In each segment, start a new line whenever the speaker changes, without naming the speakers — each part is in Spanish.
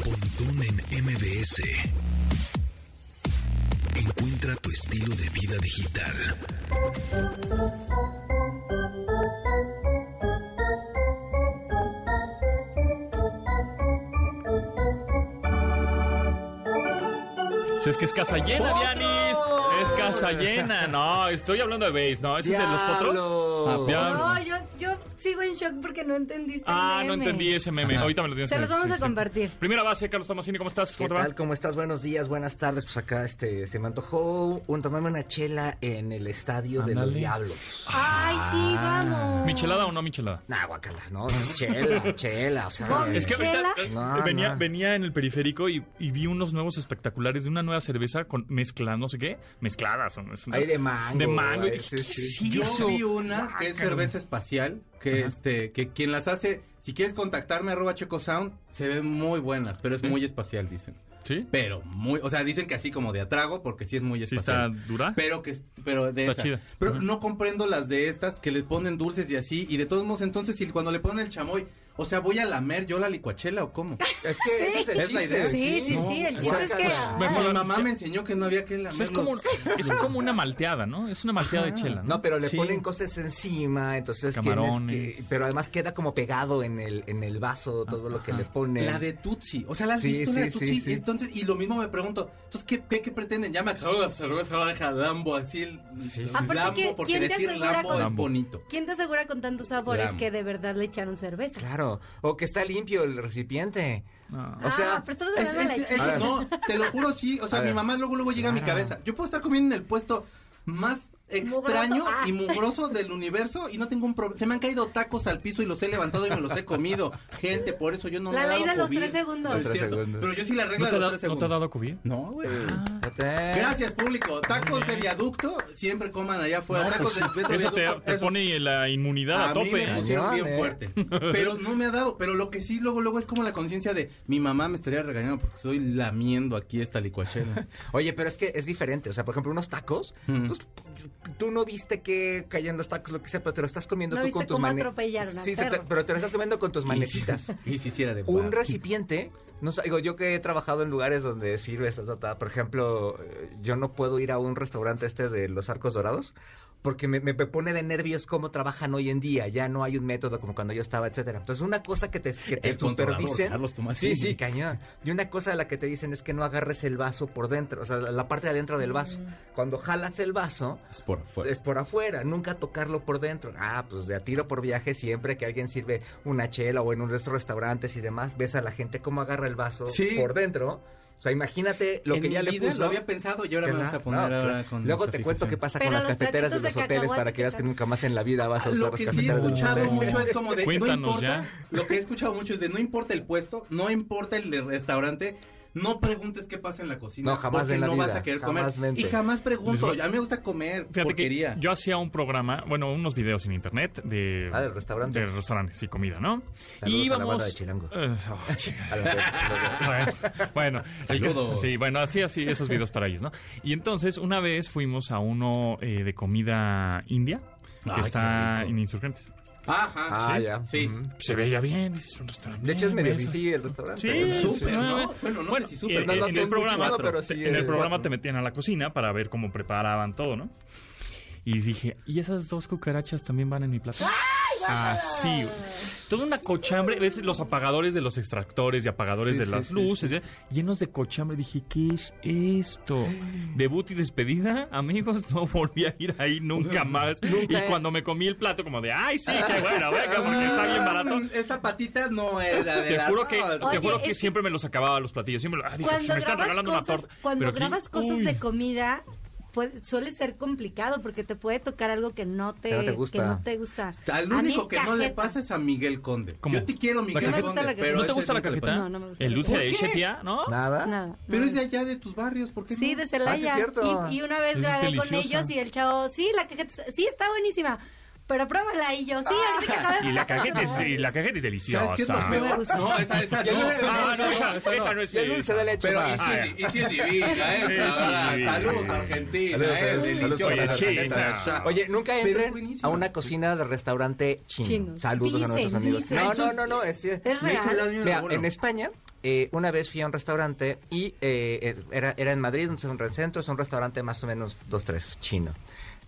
Innovación en MBS. Encuentra tu estilo de vida digital.
Si es que es casa llena, Dianis. Es casa llena. No, estoy hablando de base, ¿no? ¿Es de los potros?
Diablo.
Ah, diablo.
No, yo, yo sigo en shock porque no entendiste.
Ah,
el
no
meme.
entendí ese meme.
Ajá.
Ahorita me lo tienes
Se
que
los vamos
decir,
a
sí.
compartir.
Primera base, Carlos Tomasini, ¿cómo estás?
¿Qué
¿Cómo te va?
tal? ¿Cómo estás? Buenos días, buenas tardes. Pues acá este se me antojó un, tomarme una chela en el estadio de los
Ándale.
Diablos.
Ay, sí,
Ah,
vamos.
¿Michelada o no michelada?
Nah, guacala, no, chela, chela, o sea.
No,
Es que
¿Chela?
ahorita eh,
No,
venía,
no.
venía en el periférico y, y vi unos nuevos espectaculares de una nueva cerveza con mezcla, no sé qué, mezcladas. son- es una-
Hay de mango.
De mango.
hay-
¿Qué
sí, sí.
es
Yo
eso? Ah,
vi una que es
Guácala.
cerveza espacial, que este, que quien las hace, si quieres contactarme arroba checosound, se ven muy buenas, pero es muy espacial, dicen.
¿Sí?
Pero muy, o sea, dicen que así como de atrago, porque sí es muy
¿Sí está
espacial.
dura?
Pero que pero de
Está
esa.
chida.
Pero
Ajá.
no comprendo las de estas que les ponen dulces y así, y de todos modos entonces si cuando le ponen el chamoy, o sea, voy a lamer yo la licuachela o cómo?
Es que ese es el
Es la
chiste.
idea.
Sí, sí,
No,
sí, el
pues,
chiste es que...
guácala.
Mejor
ay,
Mi
la-
mamá me enseñó que no había que
O sea,
lamer
Pues es, como,
los-
es como una malteada, ¿no? Es una malteada de chela, ¿no?
No, pero le
Sí.
ponen cosas encima, entonces tienes
Camarones.
que... Pero además queda como pegado en el, en el vaso todo lo que le ponen.
La de Tutsi. O sea, ¿la has
Sí,
visto la de
sí,
Tutsi?
sí, sí.
Entonces, y lo mismo me pregunto, entonces, ¿qué, qué, qué pretenden? Ya me acabo la cerveza, ahora deja Lambo así. el-
Aparte, ¿quién-
Lambo, porque
quién te
decir
asegura
Lambo
con-
es bonito.
¿Quién te asegura con tantos sabores
Lam.
que de verdad le echaron cerveza?
Claro, o que está limpio el recipiente.
No.
O sea,
ah, pero estamos hablando de la
Es- es-
chela.
A ver.
no, te lo juro, sí. O sea,
A
mi
ver. Ah.
mamá luego luego llega a mi
Claro.
cabeza. Yo puedo estar comiendo en el puesto más extraño
Mugroso, ah.
y mugroso del universo y no tengo un problema. Se me han caído tacos al piso y los he levantado y me los he comido. Gente, por eso yo no
La
me he
ley
dado
de los
COVID.
tres segundos.
Es
Los tres
cierto,
segundos.
Pero yo sí la
¿No te,
regla de
ha
los
dado-
tres
¿No te ha
segundos. Ah.
dado COVID?
No, güey.
Ah.
Gracias.
Gracias, público. Tacos de viaducto, siempre coman allá afuera. Tacos de vete al
pues, Eso te,
viaducto,
te
esos-
pone la inmunidad a,
a mí
tope.
me pusieron
Cañón,
bien
¿eh?
fuerte. Pero no me ha dado. Pero lo que sí, luego, luego es como la conciencia de mi mamá me estaría regañando porque estoy lamiendo aquí esta licuachela.
Oye, pero es que es diferente. O sea, por ejemplo, unos tacos.
Mm.
pues, tú no viste que caían los tacos, lo que sea, pero te lo estás comiendo
No
tú
viste
con tus
cómo
mane-
atropellaron al
Sí, se te-
perro.
pero te lo estás comiendo con tus manecitas.
y si hiciera de
Un
guapo.
recipiente. No sé, digo, yo que he trabajado en lugares donde sirve esta tata. Por ejemplo, eh, yo no puedo ir a un restaurante este de los Arcos Dorados porque me, me pone de nervios cómo trabajan hoy en día. Ya no hay un método como cuando yo estaba, etcétera. Entonces, una cosa que te, que te
El controlador,
supervisen.
Carlos Tomás.
Sí, sí, cañón. Y una cosa de la que te dicen es que no agarres el vaso por dentro, o sea, la parte de adentro del
Mm.
vaso. Cuando jalas el vaso,
Es por afuera.
es por afuera, nunca tocarlo por dentro. Ah, pues de a tiro por viaje siempre que alguien sirve una chela o en un de estos restaurantes y demás, ves a la gente cómo agarra el vaso
Sí.
por dentro. O sea, imagínate lo
En
que ya
mi
le
vida
puso.
Lo había pensado y ahora
que
me
la-
vas a poner
no,
ahora
claro.
con.
Luego
esa
te cuento
fijación.
qué
Ah,
pasa
Pero
con las
los
cafeteras de
platitos de
los hoteles
cacahuate
para que veas
que
que nunca más en la vida vas a usar
Lo que
las
sí he
cafeteras de los
escuchado
hoteles.
mucho es como de no
Cuéntanos
importa,
ya.
lo que he escuchado mucho es de no importa el puesto, no importa el de restaurante, no preguntes qué pasa en la cocina,
No, jamás
porque
en la
no vas
vida,
a querer
jamás
comer.
mente.
Y jamás pregunto,
Les
a mí me gusta comer
Fíjate
porquería.
que yo hacía un programa, bueno, unos videos en internet de...
Ah, de restaurantes.
De restaurantes y comida, ¿no?
Saludos
y
a la
íbamos...
banda de Chilango.
Eh, oh, ch-
A los de- a los de-
bueno, bueno, el que-
Saludos.
sí, bueno, así, así, esos videos para ellos, ¿no? Y entonces, una vez fuimos a uno eh, de comida india, que
Ay, qué
está
rico.
en Insurgentes.
Ajá,
Ah,
sí.
ya.
sí.
Ujú.
Se veía bien, dices, un restaurante.
De hecho,
Mm,
es
bien,
medio
mesas.
difícil el restaurante.
Sí,
Súper, ¿no?
sí.
Bueno, no
Bueno,
sé si súper,
eh,
no,
eh,
no,
en
no,
el programa,
no,
pero sí
en el
es-
programa te metían a la cocina para ver cómo preparaban todo, ¿no? Y dije, ¿y esas dos cucarachas también van en mi plato? Así, güey. toda una cochambre, ves los apagadores de los extractores y apagadores
Sí,
de
sí,
las
sí,
luces, ¿eh? llenos de cochambre. Dije, ¿qué es esto? Debut y despedida, amigos, no volví a ir ahí nunca más.
¿eh?
Y cuando me comí el plato, como de, ay, sí, qué bueno, venga, porque está bien barato.
Mm, Esta patita no era de
Te
la-
juro que, te
Oye,
juro que
es que-
siempre me los acababa los platillos. Siempre lo- ah, dije, pues,
Cuando
me están
grabas
regalando una
cosas,
torta.
cuando
Pero aquí,
grabas cosas
uy,
de comida, pues, suele ser complicado porque te puede tocar algo que no te,
Que no te gusta.
que no te gusta.
Al
A mí
único que no le
cajeta.
pasa es a Miguel Conde.
¿Cómo?
Yo te quiero, Miguel
No me
gusta la
Conde.
cajeta.
pero
¿No te
ese
gusta la
nunca le
cajeta?
pasa.
No, no me gusta
El
la
dulce
cajeta.
de Shetia, ¿no?
Nada.
Nada,
Pero
no.
es de allá de tus barrios, ¿por qué
Sí,
no?
de Celaya.
Ah, sí, cierto.
y, y una vez
Es
grabé con
deliciosa.
ellos y el chavo, sí, la cajeta, está- sí, está buenísima, pero pruébala. Y yo, sí,
Ah.
ahorita que acaba de
Y la
preparar".
cajeta es, y la cajeta es deliciosa.
¿Sabes qué es lo
No me
peor?
gusta.
No, esa, esa
Ya
no.
no le-
Ah, no, esa,
esa
esa no es.
Y el dulce de leche.
Pero
va.
y sí,
Ah,
es di- y sí es divina,
Sí,
¿eh?
es
Ah,
divina.
Saludos, Argentina.
Saludos,
¿eh?
saludos,
Deliciosa
saludos
a la
tarjeta de
Argentina.
Shah.
Ah. Oye, nunca
Pero es
entren
buenísima.
a una cocina de restaurante chino.
Chino.
Saludos a nuestros
Dicen,
amigos.
dicen.
No, no, no, no. Es,
Es
me hizo
real.
el año Mira, en España eh, una vez fui a un restaurante y eh, era, era en Madrid, un centro, es un restaurante más o menos dos, tres, chino.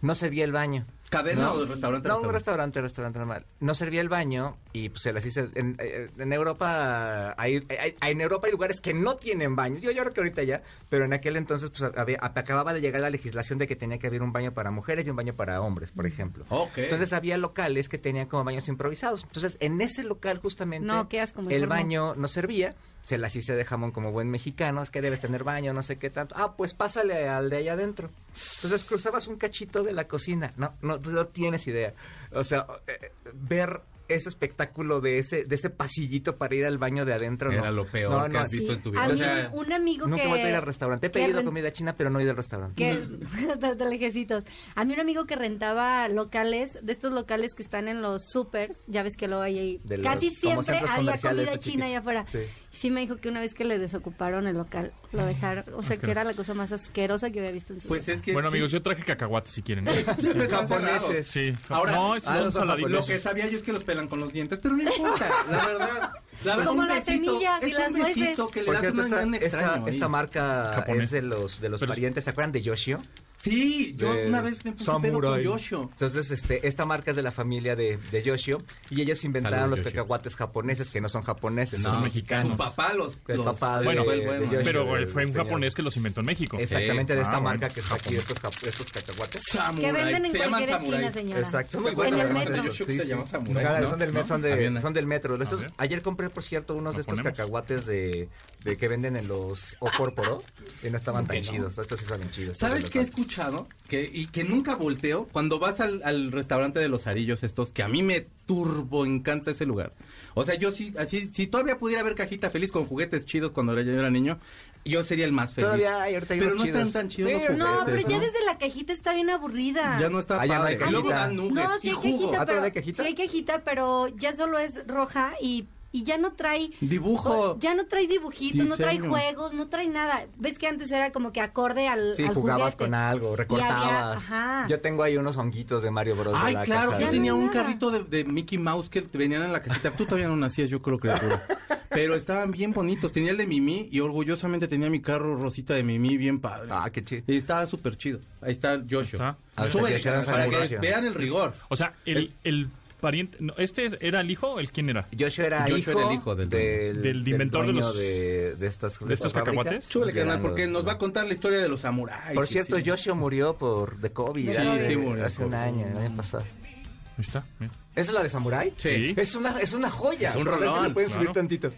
No servía el baño.
¿Cadena
No.
o restaurante?
No, un restaurante, restaurante normal. No servía el baño y pues se las hice. En, eh, en Europa hay, hay- hay- en Europa hay lugares que no tienen baño. Yo, yo creo que ahorita ya, pero en aquel entonces pues había- acababa de llegar la legislación de que tenía que haber un baño para mujeres y un baño para hombres, por ejemplo.
Ok.
Entonces había locales que tenían como baños improvisados. Entonces en ese local justamente
No, qué asco, mejor
el
no.
baño no servía. Se las hice de jamón como buen mexicano, es que debes tener baño, no sé qué tanto. Ah, pues pásale al de allá adentro. Entonces cruzabas un cachito de la cocina. No, no, tú no tienes idea. O sea, eh, ver ese espectáculo de ese, de ese pasillito para ir al baño de adentro. no.
Era lo peor
No,
que
no,
has visto en tu vida.
A
O
mí,
sea,
un amigo
Nunca
que...
voy a ir al restaurante. He
que
pedido
ren-
comida china, pero no he ido al restaurante.
que de- de lejecitos. A mí un amigo que rentaba locales, de estos locales que están en los supers, ya ves que luego hay ahí.
De los-
Casi
como
siempre
centros
había
comerciales,
comida
estos
china allá
chiquitos.
afuera. Sí.
Sí.
me dijo que una vez que le desocuparon el local, lo dejaron. O sea, que era la cosa más asquerosa que había visto en su
Ah, pues
vida.
es que.
bueno,
sí.
amigos, yo traje cacahuates si quieren.
Los japoneses.
Sí.
Ahora-
no, estos
Ah,
son
los
saladitos.
Lo que sabía yo es que los pelan con los dientes, pero no importa, la verdad. La verdad
Como
un
las
besito,
semillas y
es un
las nueces.
besito que le
Por
das
cierto,
un
esta,
gran
esta-
extraño ahí.
esta marca
Japonés.
es de los, de los
Pero-
parientes. ¿Se acuerdan de Yoshio?
Sí, yo
de
una vez me puse pedo con
Samurai.
Yoshio.
Entonces, este, esta marca es de la familia de, de Yoshio y ellos inventaron
Saludos,
los
Yoshio.
cacahuates japoneses que no son japoneses,
Son
no.
mexicanos.
Su papá los.
El
los-
papá de-
Bueno,
fue el bueno.
de Yoshi.
pero eh,
del
fue un
señor.
japonés que los inventó en México.
Exactamente de
Ah,
esta
bueno.
marca que está aquí, estos, jap- estos cacahuates.
Samurai.
que venden en
se llaman
cualquier
samurai.
esquina, señora.
Exacto.
Muy
Muy
bueno,
En
buenos,
el
además,
metro.
ellos.
Yoshio se llama samurai,
Claro,
¿no?
son del
¿No?
metro, son, de-
Habían-
son del metro. Estos-
ver.
ayer compré, por cierto, unos de estos
ponemos?
cacahuates de, de que venden en los Opórporo y no estaban tan chidos. Estos sí estaban chidos.
¿Sabes
Los
qué he
otros.
escuchado? Que, y que nunca volteo cuando vas al, al restaurante de los arillos estos, que a mí me turbo encanta ese lugar. O sea, yo sí, así, si todavía pudiera haber cajita feliz con juguetes chidos cuando era- yo era niño, yo sería el más feliz.
Todavía hay, ahorita hay
Pero
unos
no están
chidos.
tan chidos los
Pero
juguetes.
No, pero ya
¿no?
desde la cajita está bien aburrida.
Ya no está
Ah, ya no
padre.
hay cajita.
Y luego dan nuggets
No, sí
y
hay
jugo.
cajita,
¿Ah,
pero,
todavía hay cajita?
sí hay cajita, pero ya solo es roja y, y ya no trae...
Dibujo.
Ya no trae dibujitos, no trae
Diseño.
juegos, no trae nada. ¿Ves que antes era como que acorde al
Sí,
al
jugabas
juguete?
con algo, recortabas.
ajá.
Yo tengo ahí unos honguitos de Mario Bros. de
Ay,
la
claro,
casa
yo
de-
Ya
tenía
no hay
un
nada.
carrito de, de Mickey Mouse que te venían en la cajita. Tú todavía no nacías, yo creo, criatura. Pero estaban bien bonitos. Tenía el de Mimi y orgullosamente tenía mi carro rosita de Mimi, bien padre.
Ah, qué chido.
Y estaba súper chido. Ahí está el Joshua.
Está.
Ah,
Hasta
súbele,
que llegaron
para
al
que
Horacio.
vean el rigor.
O sea, el, el pariente. no, ¿Este es- era el hijo? ¿El quién era?
Joshua era
Joshua
hijo,
era el hijo del
del,
dueño. Del inventor de
dueño
los-
de, de estas
de estos
fábricas.
cacahuates.
Súbele, carnal,
Eran
porque
los-
nos va a contar la historia de los samuráis.
Por
Sí,
cierto,
sí.
Joshua murió por de COVID
Sí,
hace,
sí, murió
hace
por-
un año, el año pasado.
Ahí está. mira.
¿Esa es la de Samurai?
Sí.
Sí.
Es una, es una joya.
Es un
Por eso
rolón,
le pueden subir
claro.
tantito.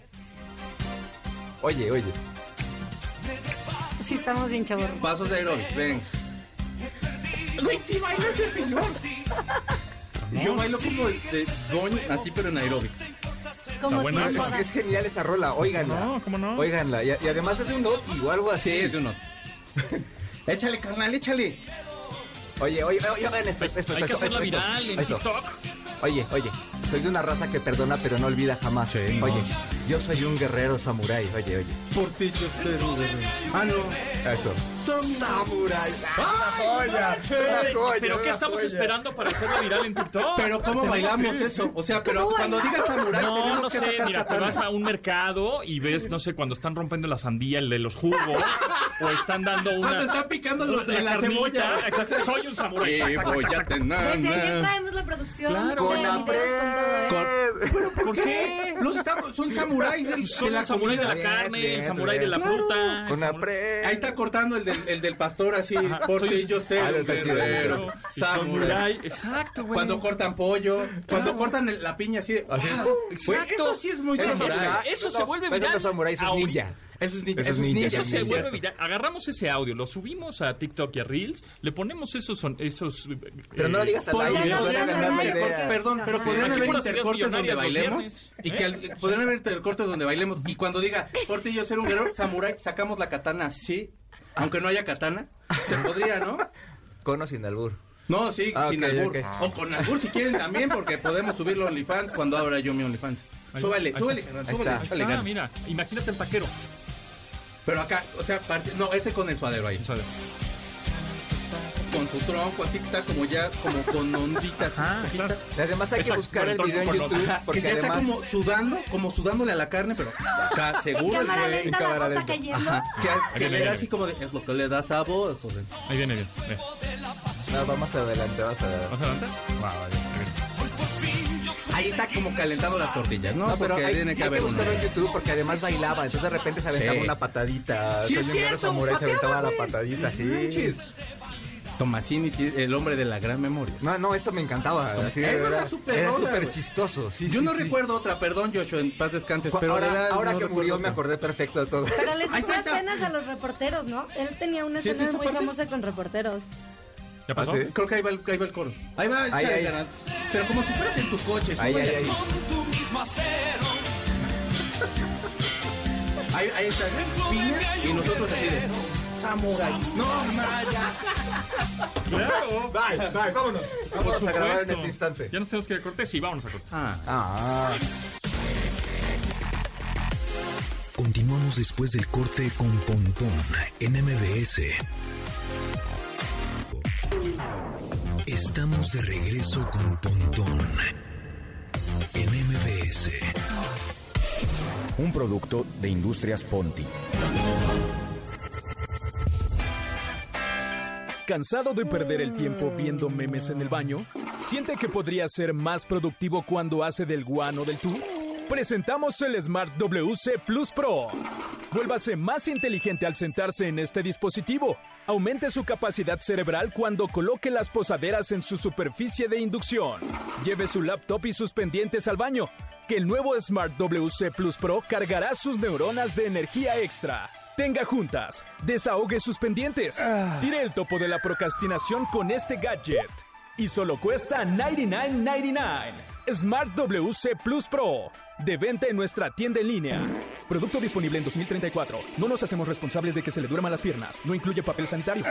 Oye, oye.
Sí, estamos bien chavos.
Pasos de aeróbic, ven. Güey, sí, baila ese señor. Yo bailo como de de doña, así, pero en aeróbic.
Como si
buena.
no
Es,
fuera.
es genial esa rola, óiganla.
No, ¿cómo no?
Óiganla. Y, y además es de un Oki o algo así.
Sí, es de uno. échale, carnal, échale.
Oye, oye, oye, oigan esto, esto, esto.
Hay que
esto,
hacerla
esto, esto,
viral en
esto.
TikTok.
Oye, oye, soy de una raza que perdona pero no olvida jamás.
Sí,
oye,
no.
yo soy un guerrero samurái. Oye, oye.
Por ti yo cero de Ah, no.
Eso. Samurái. ¡Ah, una joya! una joya,
¿Pero qué
una
estamos
joya.
esperando para hacerla viral en TikTok?
Pero ¿cómo
Tenemos
bailamos
que-
eso? O sea, pero cuando digas samurái
No,
tenemos
no
que
sé,
sacar
mira, te
katana.
vas a un mercado y ves, no sé, cuando están rompiendo la sandía, el de los jugos, o están dando una...
Cuando está picando lo-
una
en la
carnita.
cebolla.
Exacto, Soy un samurái.
Eh,
Tac, tac,
voy
tac,
a
tac.
Desde ayer
tener.
traemos la producción
Claro.
de
Con
videos
la
con todo, ¿eh?
pre-
¿Por qué? Los estamos, son samuráis del,
Soy
de la
el samurái de
comida.
la carne, el
Bien,
samurái de
bien.
la fruta. el
Con la
samurái-
pre.
Ahí está cortando el del, el del pastor así, por
soy-
ti yo sé,
Ah,
un
está chido,
guerrero,
Y
samurái.
samurái, exacto, güey.
Cuando cortan pollo, cuando cortan el- la piña así de... ¡ah! Güey,
Exacto.
Eso sí es muy
Eso es
samurái.
verdad. eso se vuelve
Eso
viral
no samurai, eso es
ahorita.
ninja.
Eso es ninja.
Eso es
Eso es
ninja,
ninja.
Eso
sí,
se
es
vuelve
cierto.
viral. Agarramos ese audio, lo subimos a TikTok y a Reels, le ponemos esos son, esos. eh,
Pero no lo digas al
Por-
aire.
Pues Ya no
no le
digas
hagan
al
nada de
aire,
idea.
porque-
Perdón, pero
Ajá.
podrían
Aquí
haber
puras ideas
intercortes donde
millonarias los
bailemos
viernes,
y
¿eh?
que al- podrían haber intercortes donde bailemos y cuando diga corte yo ser un guerrero samurái sacamos la katana así, aunque no haya katana, se podría, ¿no?
Con o sin albur.
No, sí,
Ah,
sin
ok,
albur.
ok.
O con albur si quieren también, porque podemos subirlo a OnlyFans cuando abra yo mi OnlyFans.
Ahí-
Súbale,
ahí
súbale,
está.
carnal,
Ahí
súbale,
está.
Ahí
échale
está,
ganas.
mira, imagínate el taquero.
Pero acá, o sea, parte- no, ese con el suadero ahí.
O sea,
Con con su tronco, así que está como ya, como con onditas.
Ah, claro.
Además hay que
Exacto,
buscar
por el
el video
tronco,
en
por lo
YouTube
bajas,
que
porque
ya está
además
como sudando, como sudándole a la carne, pero acá
En
seguro el
cámara
güey.
en
lenta la
cámara
gota
lenta.
cayendo.
Que,
ok,
que le da
ok.
así como de, es lo que le da sabor. pues, eh. joder.
Ahí viene bien. Ve.
No, vamos adelante, vamos adelante.
¿Vas adelante? Va, va, bien, ahí viene.
Ahí está como calentando las tortillas, ¿no?
No, pero
Porque
hay,
tiene
hay
que
que
haber una.
buscarlo en YouTube porque además bailaba, entonces de repente se aventaba
Sí.
una patadita.
Sí, es
Soy un guerrero
cierto,
samurái se aventaba
pateaba,
la
güey.
patadita,
No
sí.
manches. Tomasini, ti- el hombre de la gran memoria.
No, no, eso me encantaba. así,
Era una
era
super
era
rola,
súper
güey.
chistoso. Sí,
Yo
sí,
no
sí.
recuerdo otra, perdón, Joshua, en paz descanses,
Ju-
pero
ahora,
de verdad
ahora
no
que
recuerdo
murió me
otra.
acordé perfecto de todo.
Pero les
Ahí
hacía
está.
cenas a los reporteros, ¿no? Él tenía una
¿Sí es
cena
esa
muy
parte?
famosa con reporteros.
¿Ya pasó?
Ah, sí.
Creo que ahí va el, ahí va el coro. Ahí va,
Ahí,
chale,
ahí.
carnal. Pero como si fueras en tu coche.
Ahí,
súbele.
ahí, ahí.
Ahí, ahí está. Piña y nosotros así de... Samurai. No, Maya.
Claro.
Bye, bye, vámonos. Vamos a grabar en este instante.
Ya nos tenemos que ir a corte. Sí, vámonos a corte.
Ah.
Ah.
Continuamos después del corte con Pontón en MBS. Estamos de regreso con Pontón en MBS.
Un producto de Industrias Ponti.
¿Cansado de perder el tiempo viendo memes en el baño? ¿Siente que podría ser más productivo cuando hace del guano del tú? Presentamos el Smart WC Plus Pro. Vuélvase más inteligente al sentarse en este dispositivo. Aumente su capacidad cerebral cuando coloque las posaderas en su superficie de inducción. Lleve su laptop y sus pendientes al baño, que el nuevo Smart WC Plus Pro cargará sus neuronas de energía extra. Tenga juntas, desahogue sus pendientes, tire el topo de la procrastinación con este gadget. Y solo cuesta $99.99. Smart WC Plus Pro. De venta en nuestra tienda en línea. Producto disponible en 2034. No nos hacemos responsables de que se le duerman las piernas. No incluye papel sanitario.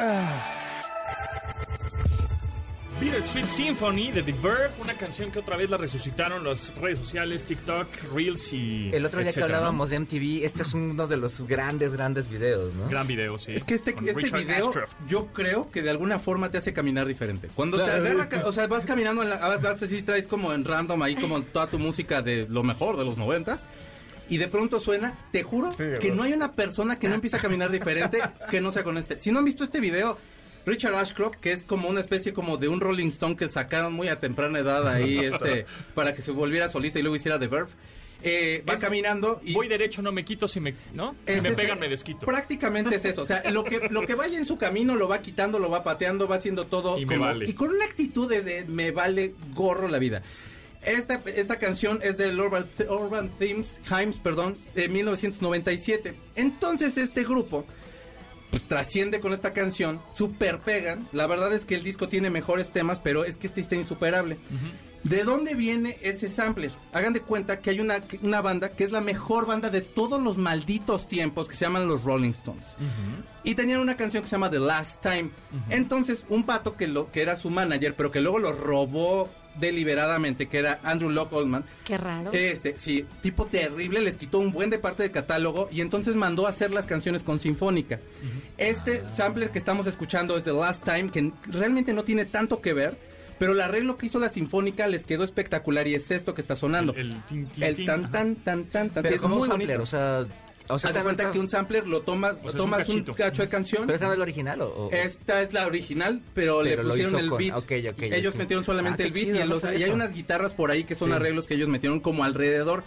Bitter Sweet Symphony de The Verve, una canción que otra vez la resucitaron las redes sociales, TikTok, Reels y.
El otro día que
etcétera, ¿no?
hablábamos de MTV, este es uno de los grandes, grandes videos, ¿no?
Gran video, sí.
Es que este,
Con
este
Richard
video
Ashcroft.
yo creo que de alguna forma te hace caminar diferente. Cuando te agarra, ca- o sea, vas caminando, en la, vas, vas así, traes como en random ahí como toda tu música de lo mejor de los noventas. Y de pronto suena, te juro
Sí,
que
bro.
no hay una persona que no empiece a caminar diferente que no sea con este. Si no han visto este video, Richard Ashcroft, que es como una especie como de un Rolling Stone que sacaron muy a temprana edad ahí, este, para que se volviera solista y luego hiciera The Verve, eh, va
Es-
caminando y
Voy derecho, no me quito, si me, ¿no? Si
es este
me
ese-
pegan, me desquito.
Prácticamente es eso. O sea, lo que, lo que vaya en su camino lo va quitando, lo va pateando, va haciendo todo.
Y me vale.
y con una actitud de, de me vale gorro la vida. Esta, esta canción es del Urban, Urban Themes, Himes, perdón, de 1997. Entonces este grupo pues trasciende con esta canción, super pegan. La verdad es que el disco tiene mejores temas, pero es que este está insuperable. ¿De dónde viene ese sampler? Hagan de cuenta que hay una, una banda que es la mejor banda de todos los malditos tiempos que se llaman los Rolling Stones. Y tenían una canción que se llama The Last Time. Entonces, un pato que, lo, que era su manager, pero que luego lo robó deliberadamente, que era Andrew Locke Oldman,
Qué raro.
este, sí, tipo terrible, les quitó un buen de parte de catálogo y entonces mandó a hacer las canciones con Sinfónica. Este sampler que estamos escuchando es The Last Time, que realmente no tiene tanto que ver, pero el arreglo que hizo la Sinfónica les quedó espectacular y es esto que está sonando. El,
El, tin, tin, tin,
tan,
ajá.
tan, tan, tan, tan.
Pero
es
como
muy
un sampler,
bonito.
o sea... O sea,
Haz de
esta-
cuenta que un sampler lo tomas,
sea, es un
tomas un,
cachito.
cacho de canción.
¿Pero esa no es la original o...? o-
Esta es la original, pero,
Pero
le
lo
pusieron
hizo
el
con-
beat.
ok, ok,
ellos
ok.
metieron solamente
Ah,
el
qué
beat
chido,
y,
no
los-
sabía
y hay
eso.
unas guitarras por ahí que son
Sí.
arreglos que ellos metieron como alrededor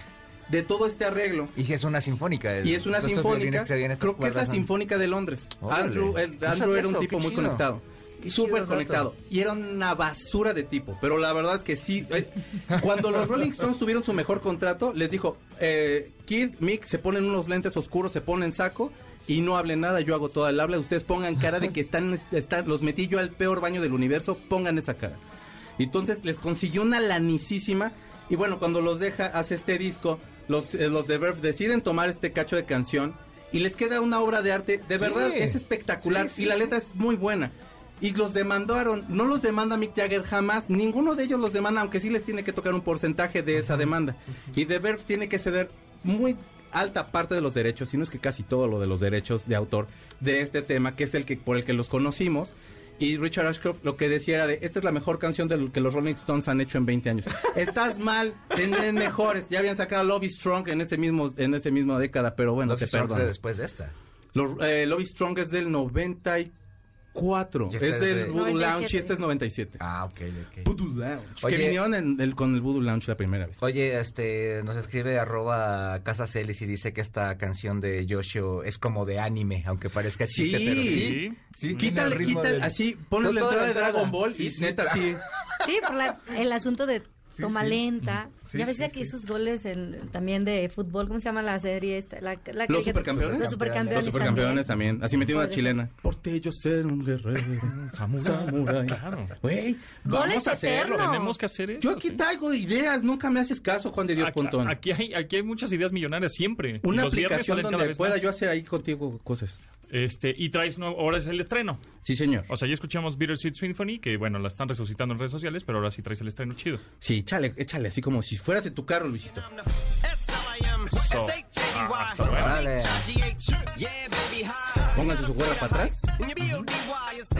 de todo este arreglo.
Y si es una sinfónica. el-
Y es una
estos
sinfónica,
violines que habían, estas
creo que es la
cuerdas son-
sinfónica de Londres.
Órale.
Andrew, el-
No
Andrew
sabía
era un
eso,
tipo
qué
muy
chido.
conectado.
Qué chido
Súper
dato.
conectado. Y era una basura de tipo. Pero la verdad es que sí. eh, cuando los Rolling Stones tuvieron su mejor contrato, les dijo: eh, Kid, Mick, se ponen unos lentes oscuros, se ponen saco y no hablen nada. Yo hago toda el habla. Ustedes pongan cara de que están, están- los metí yo al peor baño del universo. Pongan esa cara. Y Entonces les consiguió una lanicísima. Y bueno, cuando los deja, hace este disco. Los, eh, los de Verve deciden tomar este cacho de canción. Y les queda una obra de arte. De verdad, es espectacular.
Sí, sí,
y la
sí.
letra es muy buena. Y los demandaron. No los demanda Mick Jagger jamás. Ninguno de ellos los demanda. Aunque sí les tiene que tocar un porcentaje de esa demanda. Y The Verve tiene que ceder muy alta parte de los derechos. Si no es que casi todo lo de los derechos de autor de este tema. Que es el que por el que los conocimos. Y Richard Ashcroft lo que decía era de, esta es la mejor canción de lo que los Rolling Stones han hecho en 20 años. Estás mal, tendrán mejores. Ya habían sacado Love is Strong en ese mismo en esa misma década, pero bueno,
Los
te
Strokes
perdono.
de después de esta.
Los, eh, Love is Strong es del 94.
Y
Es
este es de-
del Voodoo Lounge
97.
y este es 97.
Ah, ok, ok.
Voodoo Lounge.
Oye.
que vinieron en el- con el Voodoo Lounge la primera vez.
Oye, este, nos escribe arroba Casa Celis y dice que esta canción de Yoshio es como de anime, aunque parezca chiste, pero sí.
Sí.
Sí, tiene
Quítale,
el ritmo
quítale,
del-
así, ponle la
Toda
entrada
la
de
entrada.
Dragon Ball
Sí,
y
sí.
neta, sí.
Sí, por la- el asunto de toma
sí.
lenta.
Sí,
ya ves
sí,
que esos goles en- también de fútbol, ¿cómo se llama la serie esta? La, la-
¿Los
que-
supercampeones?
Los supercampeones.
Los supercampeones también. Así metí una
Podría ser.
chilena. Porque yo ser un guerrero.
Samurai. Claro.
Güey,
Goles
vamos a hacerlo.
eternos.
Tenemos que hacer eso.
Yo aquí
sí.
traigo ideas, nunca me haces caso, Juan de Dios
Aquí,
Pontón.
Ah, aquí hay, aquí hay muchas ideas millonarias siempre.
Una
Los viernes
aplicación
salen cada
donde
vez
pueda
más.
yo hacer ahí contigo cosas.
Este, y traes, no, ahora es el estreno.
Sí, señor.
O sea, ya escuchamos Bittersweet Symphony, que bueno, la están resucitando en redes sociales, pero ahora sí traes el estreno chido.
Sí, échale, échale, así como si fueras de tu carro, Luisito.
So, ah, hasta luego.
Vale.
Pónganse su cuerda para atrás.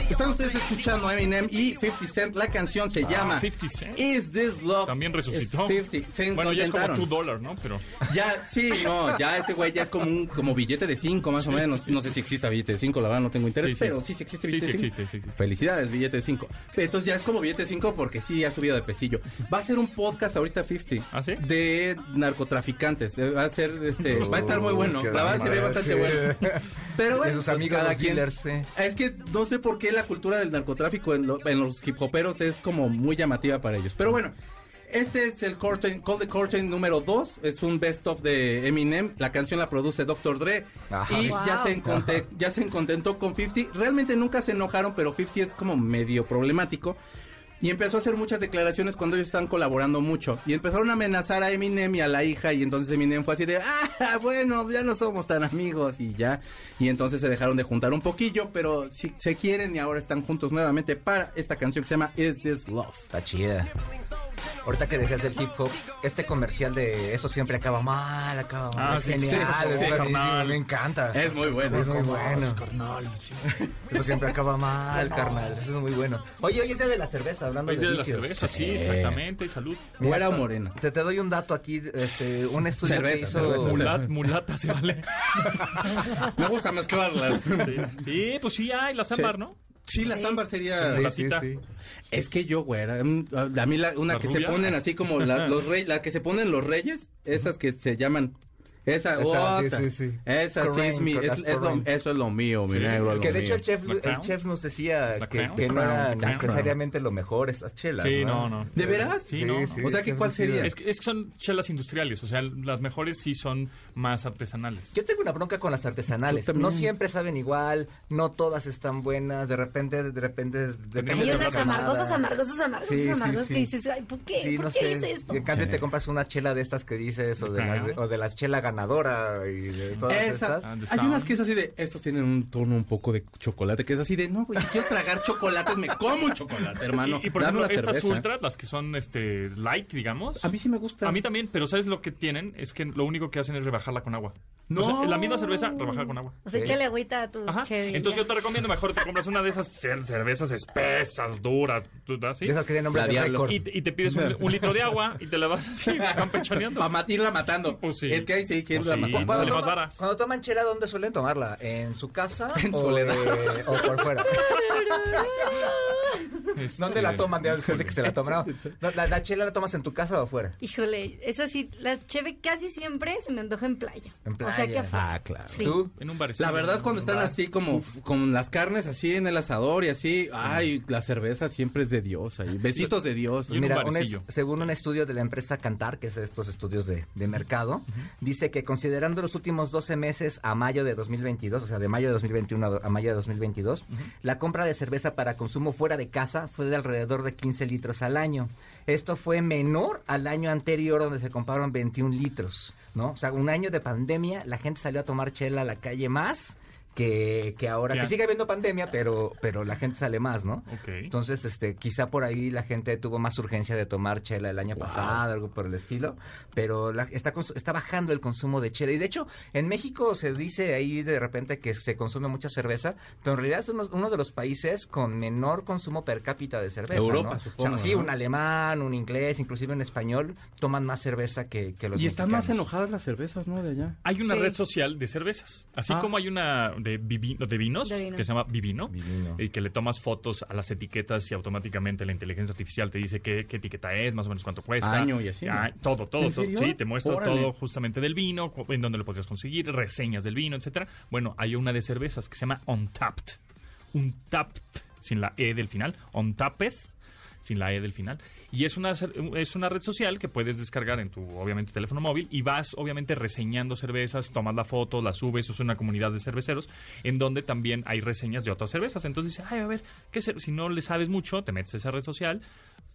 Están ustedes escuchando a Eminem y 50 Cent. La canción se llama
50 Ah, Cent.
Is This Love.
También resucitó.
Es 50 Cent.
Bueno,
lo
ya es como
intentaron. Ah,
tu dólar, ¿no? Pero
Ya, sí, no, ya este güey ya es como un como billete de 5 más o menos. No sé si exista billete de 5, la verdad no tengo interés,
Sí, sí,
pero
sí.
sí, sí existe
Sí,
billete
sí
de cinco.
existe, sí existe.
Felicidades, billete de 5. Entonces ya es como billete de 5 porque sí ha subido de pesillo. Va a ser un podcast ahorita 50
¿Ah, sí?
de narcotraficantes. Eh, Va a ser este, va a estar muy bueno.
Oh, qué
La verdad se ve
bárbaro,
bastante
sí.
bueno. Pero bueno,
De sus
pues,
amigos
cada
los
quien-
dealers, sí.
Es que no sé por qué la cultura del narcotráfico en, lo- en los hip hoperos es como muy llamativa para ellos. Pero bueno, este es el curtain, Call the Curtain número 2. Es un best of de Eminem. La canción la produce Dr. Dre.
Ajá.
Y ya,
Wow.
se enconte- ya se contentó con 50. Realmente nunca se enojaron, pero 50 es como medio problemático. Y empezó a hacer muchas declaraciones cuando ellos estaban colaborando mucho. Y empezaron a amenazar a Eminem y a la hija. Y entonces Eminem fue así de, ah, bueno, ya no somos tan amigos. Y ya. Y entonces se dejaron de juntar un poquillo. Pero sí, se quieren y ahora están juntos nuevamente para esta canción que se llama Is This Love.
Está chida. Ahorita que dejas el hip hop, este comercial de eso siempre acaba mal, acaba mal.
Ah,
es
sí,
genial,
sí, sí,
es
sí,
buenísimo,
carnal.
me encanta.
Es muy bueno.
Es muy
pues,
bueno. Eso siempre acaba mal, carnal. Eso es muy bueno. Oye, hoy es día de la cerveza, hablando
hoy es
de
día de la
vicios.
cerveza, sí,
Eh,
exactamente. Y salud.
mira,
Güera o morena.
Te, te doy un dato aquí, este, un estudio que
Cerveza,
hizo...
cerveza, cerveza.
Mulat, mulata se vale.
Me gusta mezclarlas.
Sí, sí, pues sí hay, la ámbar, ¿no?
Sí, la ámbar sería...
Sí, sí,
Platita.
sí.
Es que yo, güera, mm, a mí la, una
¿La
que
rubia?
se ponen así como la, los reyes, la que se ponen los reyes, esas que se llaman... Esa,
Esa, sí,
otra.
sí, sí.
Esa sí es
Correcto,
mi, es-
las
es lo-
correcto.
eso es lo mío, mi
Sí.
negro.
Dios
es
Que
lo
de hecho el
mío.
chef,
¿La
el
Crown?
chef nos decía
¿La
que,
Crown?
que no
La
era
Crown, la Crown.
necesariamente lo mejor estas chelas.
Sí, no, no.
¿De veras?
Sí, no, no.
O sea, ¿que
el chef
cuál
decía.
sería?
Es que, es que son chelas industriales, o sea, las mejores sí son más artesanales.
Yo tengo una bronca con las artesanales.
Yo también.
No siempre saben igual, no todas están buenas, de repente, de repente, de
Tenemos
Hay
que
unas
hablar con-
amargosas, amargosas, amargosas,
Sí, sí,
amargosas
sí.
que dices, ay, ¿por qué?
Sí,
¿Por
no
qué
sé.
hice esto?
Y en cambio
Sí.
te compras una chela de estas que dices, o de,
Ajá.
las, o de las chela ganadora y de todas
Esa- Ah,
estas.
And the
hay
sound.
unas que es así de, estos tienen un tono un poco de chocolate, que es así de, no, güey, si quiero tragar chocolates, me como un chocolate, hermano.
Y, y, por
Dame
ejemplo,
una
estas
cerveza.
ultras, las que son este light, digamos.
A mí sí me gusta.
A mí también, pero ¿sabes lo que tienen? Es que lo único que hacen es rebajarla con agua.
No.
O sea, la misma cerveza, rebajarla con agua.
O sea, échale agüita a tu
Ajá.
Chevy.
Entonces
ya.
yo te recomiendo mejor te compras una de esas cer- cervezas espesas, duras, tú- ¿sí?
De esas que tienen nombre
La
de
Diablo.
récord.
Y, te- y te pides un, un litro de agua y te la vas así campechaneando.
Para irla matando.
Pues sí.
Es que ahí sí que
Pues
irla
sí,
matando.
sale más
toma-
vara.
cuando toman chela, ¿dónde suelen tomarla? ¿En su casa?
En
o,
soledad.
eh, o por fuera.
Este,
¿Dónde la toman ya después de que se la toman? No, la, la chela la tomas en tu casa o afuera.
Híjole, eso sí, la Chevy casi siempre se me antoja en playa.
En
O sea, que
playa.
afuera.
Ah, claro.
Sí.
¿Tú?
En un barecito.
La verdad, cuando están así como con las carnes así en el asador y así, ay, la cerveza siempre es de Dios ahí. Besitos de Dios.
Y en un
Mira,
un es-
barecillo.
según un estudio de la empresa Cantar, que es estos estudios de, de mercado, dice que considerando los últimos 12 meses a mayo de 2022, o sea, de mayo de 2021 a do- a mayo de 2022, la compra de cerveza para consumo fuera de casa fue de alrededor de 15 litros al año. Esto fue menor al año anterior donde se compraron 21 litros, ¿no? O sea, un año de pandemia, la gente salió a tomar chela a la calle más que, que ahora,
Ya.
que sigue habiendo pandemia, pero, pero la gente sale más, ¿no?
Ok.
Entonces, este, quizá por ahí la gente tuvo más urgencia de tomar chela el año pasado, algo por el estilo, pero la- está, cons- está bajando el consumo de chela. Y de hecho, en México se dice ahí de repente que se consume mucha cerveza, pero en realidad es uno, uno de los países con menor consumo per cápita de cerveza.
Europa,
¿no? O sea,
supongo,
sí,
¿no?
un alemán, un inglés, inclusive un español, toman más cerveza que, que los
Y están más
mexicanos.
enojadas las cervezas, ¿no? De allá.
Hay una
Sí.
red social de cervezas, así
Ah.
como hay una de, vivi- de vinos
De vino.
que se llama Vivino,
Vivino.
y que le tomas fotos a las etiquetas y automáticamente la inteligencia artificial te dice qué, qué etiqueta es, más o menos cuánto cuesta.
Año y así, ¿no?
Ah, todo, todo,
¿En
todo.
serio?
Sí, te muestra
Órale.
todo justamente del vino, cu- en dónde lo podrías conseguir, reseñas del vino, etcétera. Bueno, hay una de cervezas que se llama Untapped. Untapped, sin la E del final. Untapped, sin la E del final. Y es una, cer- es una red social que puedes descargar en tu, obviamente, teléfono móvil y vas, obviamente, reseñando cervezas, tomas la foto, la subes, es una comunidad de cerveceros en donde también hay reseñas de otras cervezas. Entonces dices, ay, a ver, ¿qué cer- si no le sabes mucho, te metes a esa red social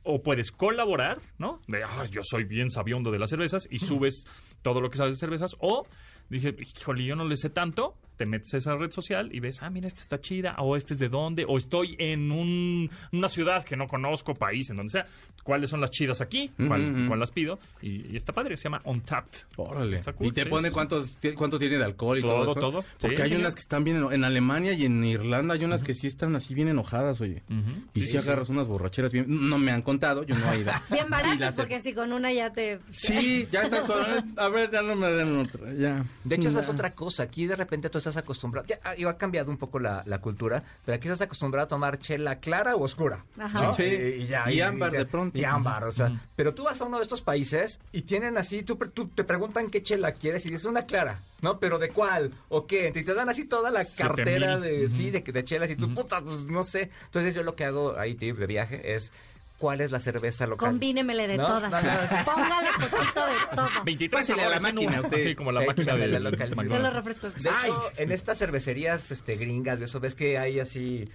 o puedes colaborar, ¿no? De, "Ah, yo soy bien sabiondo de las cervezas y subes todo lo que sabes de cervezas. O dice, híjole, yo no le sé tanto. Te metes a esa red social y ves, ah, mira, esta está chida, o este es de dónde, o estoy en un- una ciudad que no conozco, país, en donde sea. ¿Cuáles son las chidas aquí? ¿Cuál,
Ujú, ujú.
cuál las pido? Y, y está padre, se llama Untapped.
Órale.
Está cool,
y te
sí,
pone
sí, sí.
cuántos, ti- cuánto tiene de alcohol y todo,
Todo,
eso.
todo.
Porque
Sí,
hay
señor.
unas que están bien. eno- En Alemania y en Irlanda hay unas que sí están así bien enojadas, oye.
Ujú.
Y si agarras unas borracheras bien. No me han contado, yo no he ido.
Bien
Y las
baratos,
de-
porque si con una ya te...
Sí, ya estás con. A ver, ya no me den otra. Ya.
De hecho, esa es
Ya.
otra cosa. Aquí de repente tú estás acostumbrado. Ya ah, ha cambiado un poco la, la cultura, pero aquí estás acostumbrado a tomar chela clara o oscura.
Ajá.
¿no?
Sí.
Eh, Y, ya,
Y ámbar de pronto.
Y ámbar, o sea. Pero tú vas a uno de estos países y tienen así, tú, pre- tú- te preguntan qué chela quieres y dices una clara, ¿no? Pero de cuál o qué. Y te dan así toda la
Siete
cartera
mil.
de, sí, de, de chelas y tú, puta, pues no sé. Entonces yo lo que hago ahí, tip de viaje, es cuál es la cerveza local.
Combínemele de
No,
todas.
no, no, sí.
Póngale poquito de todo.
23
Pásele a la
sabores en
máquina,
uno.
usted.
Sí, como la
Eh,
máquina
échame
de
la local.
de
Yo los
McDonald's.
refrescos.
De hecho, en estas cervecerías este, gringas, de eso ves que hay así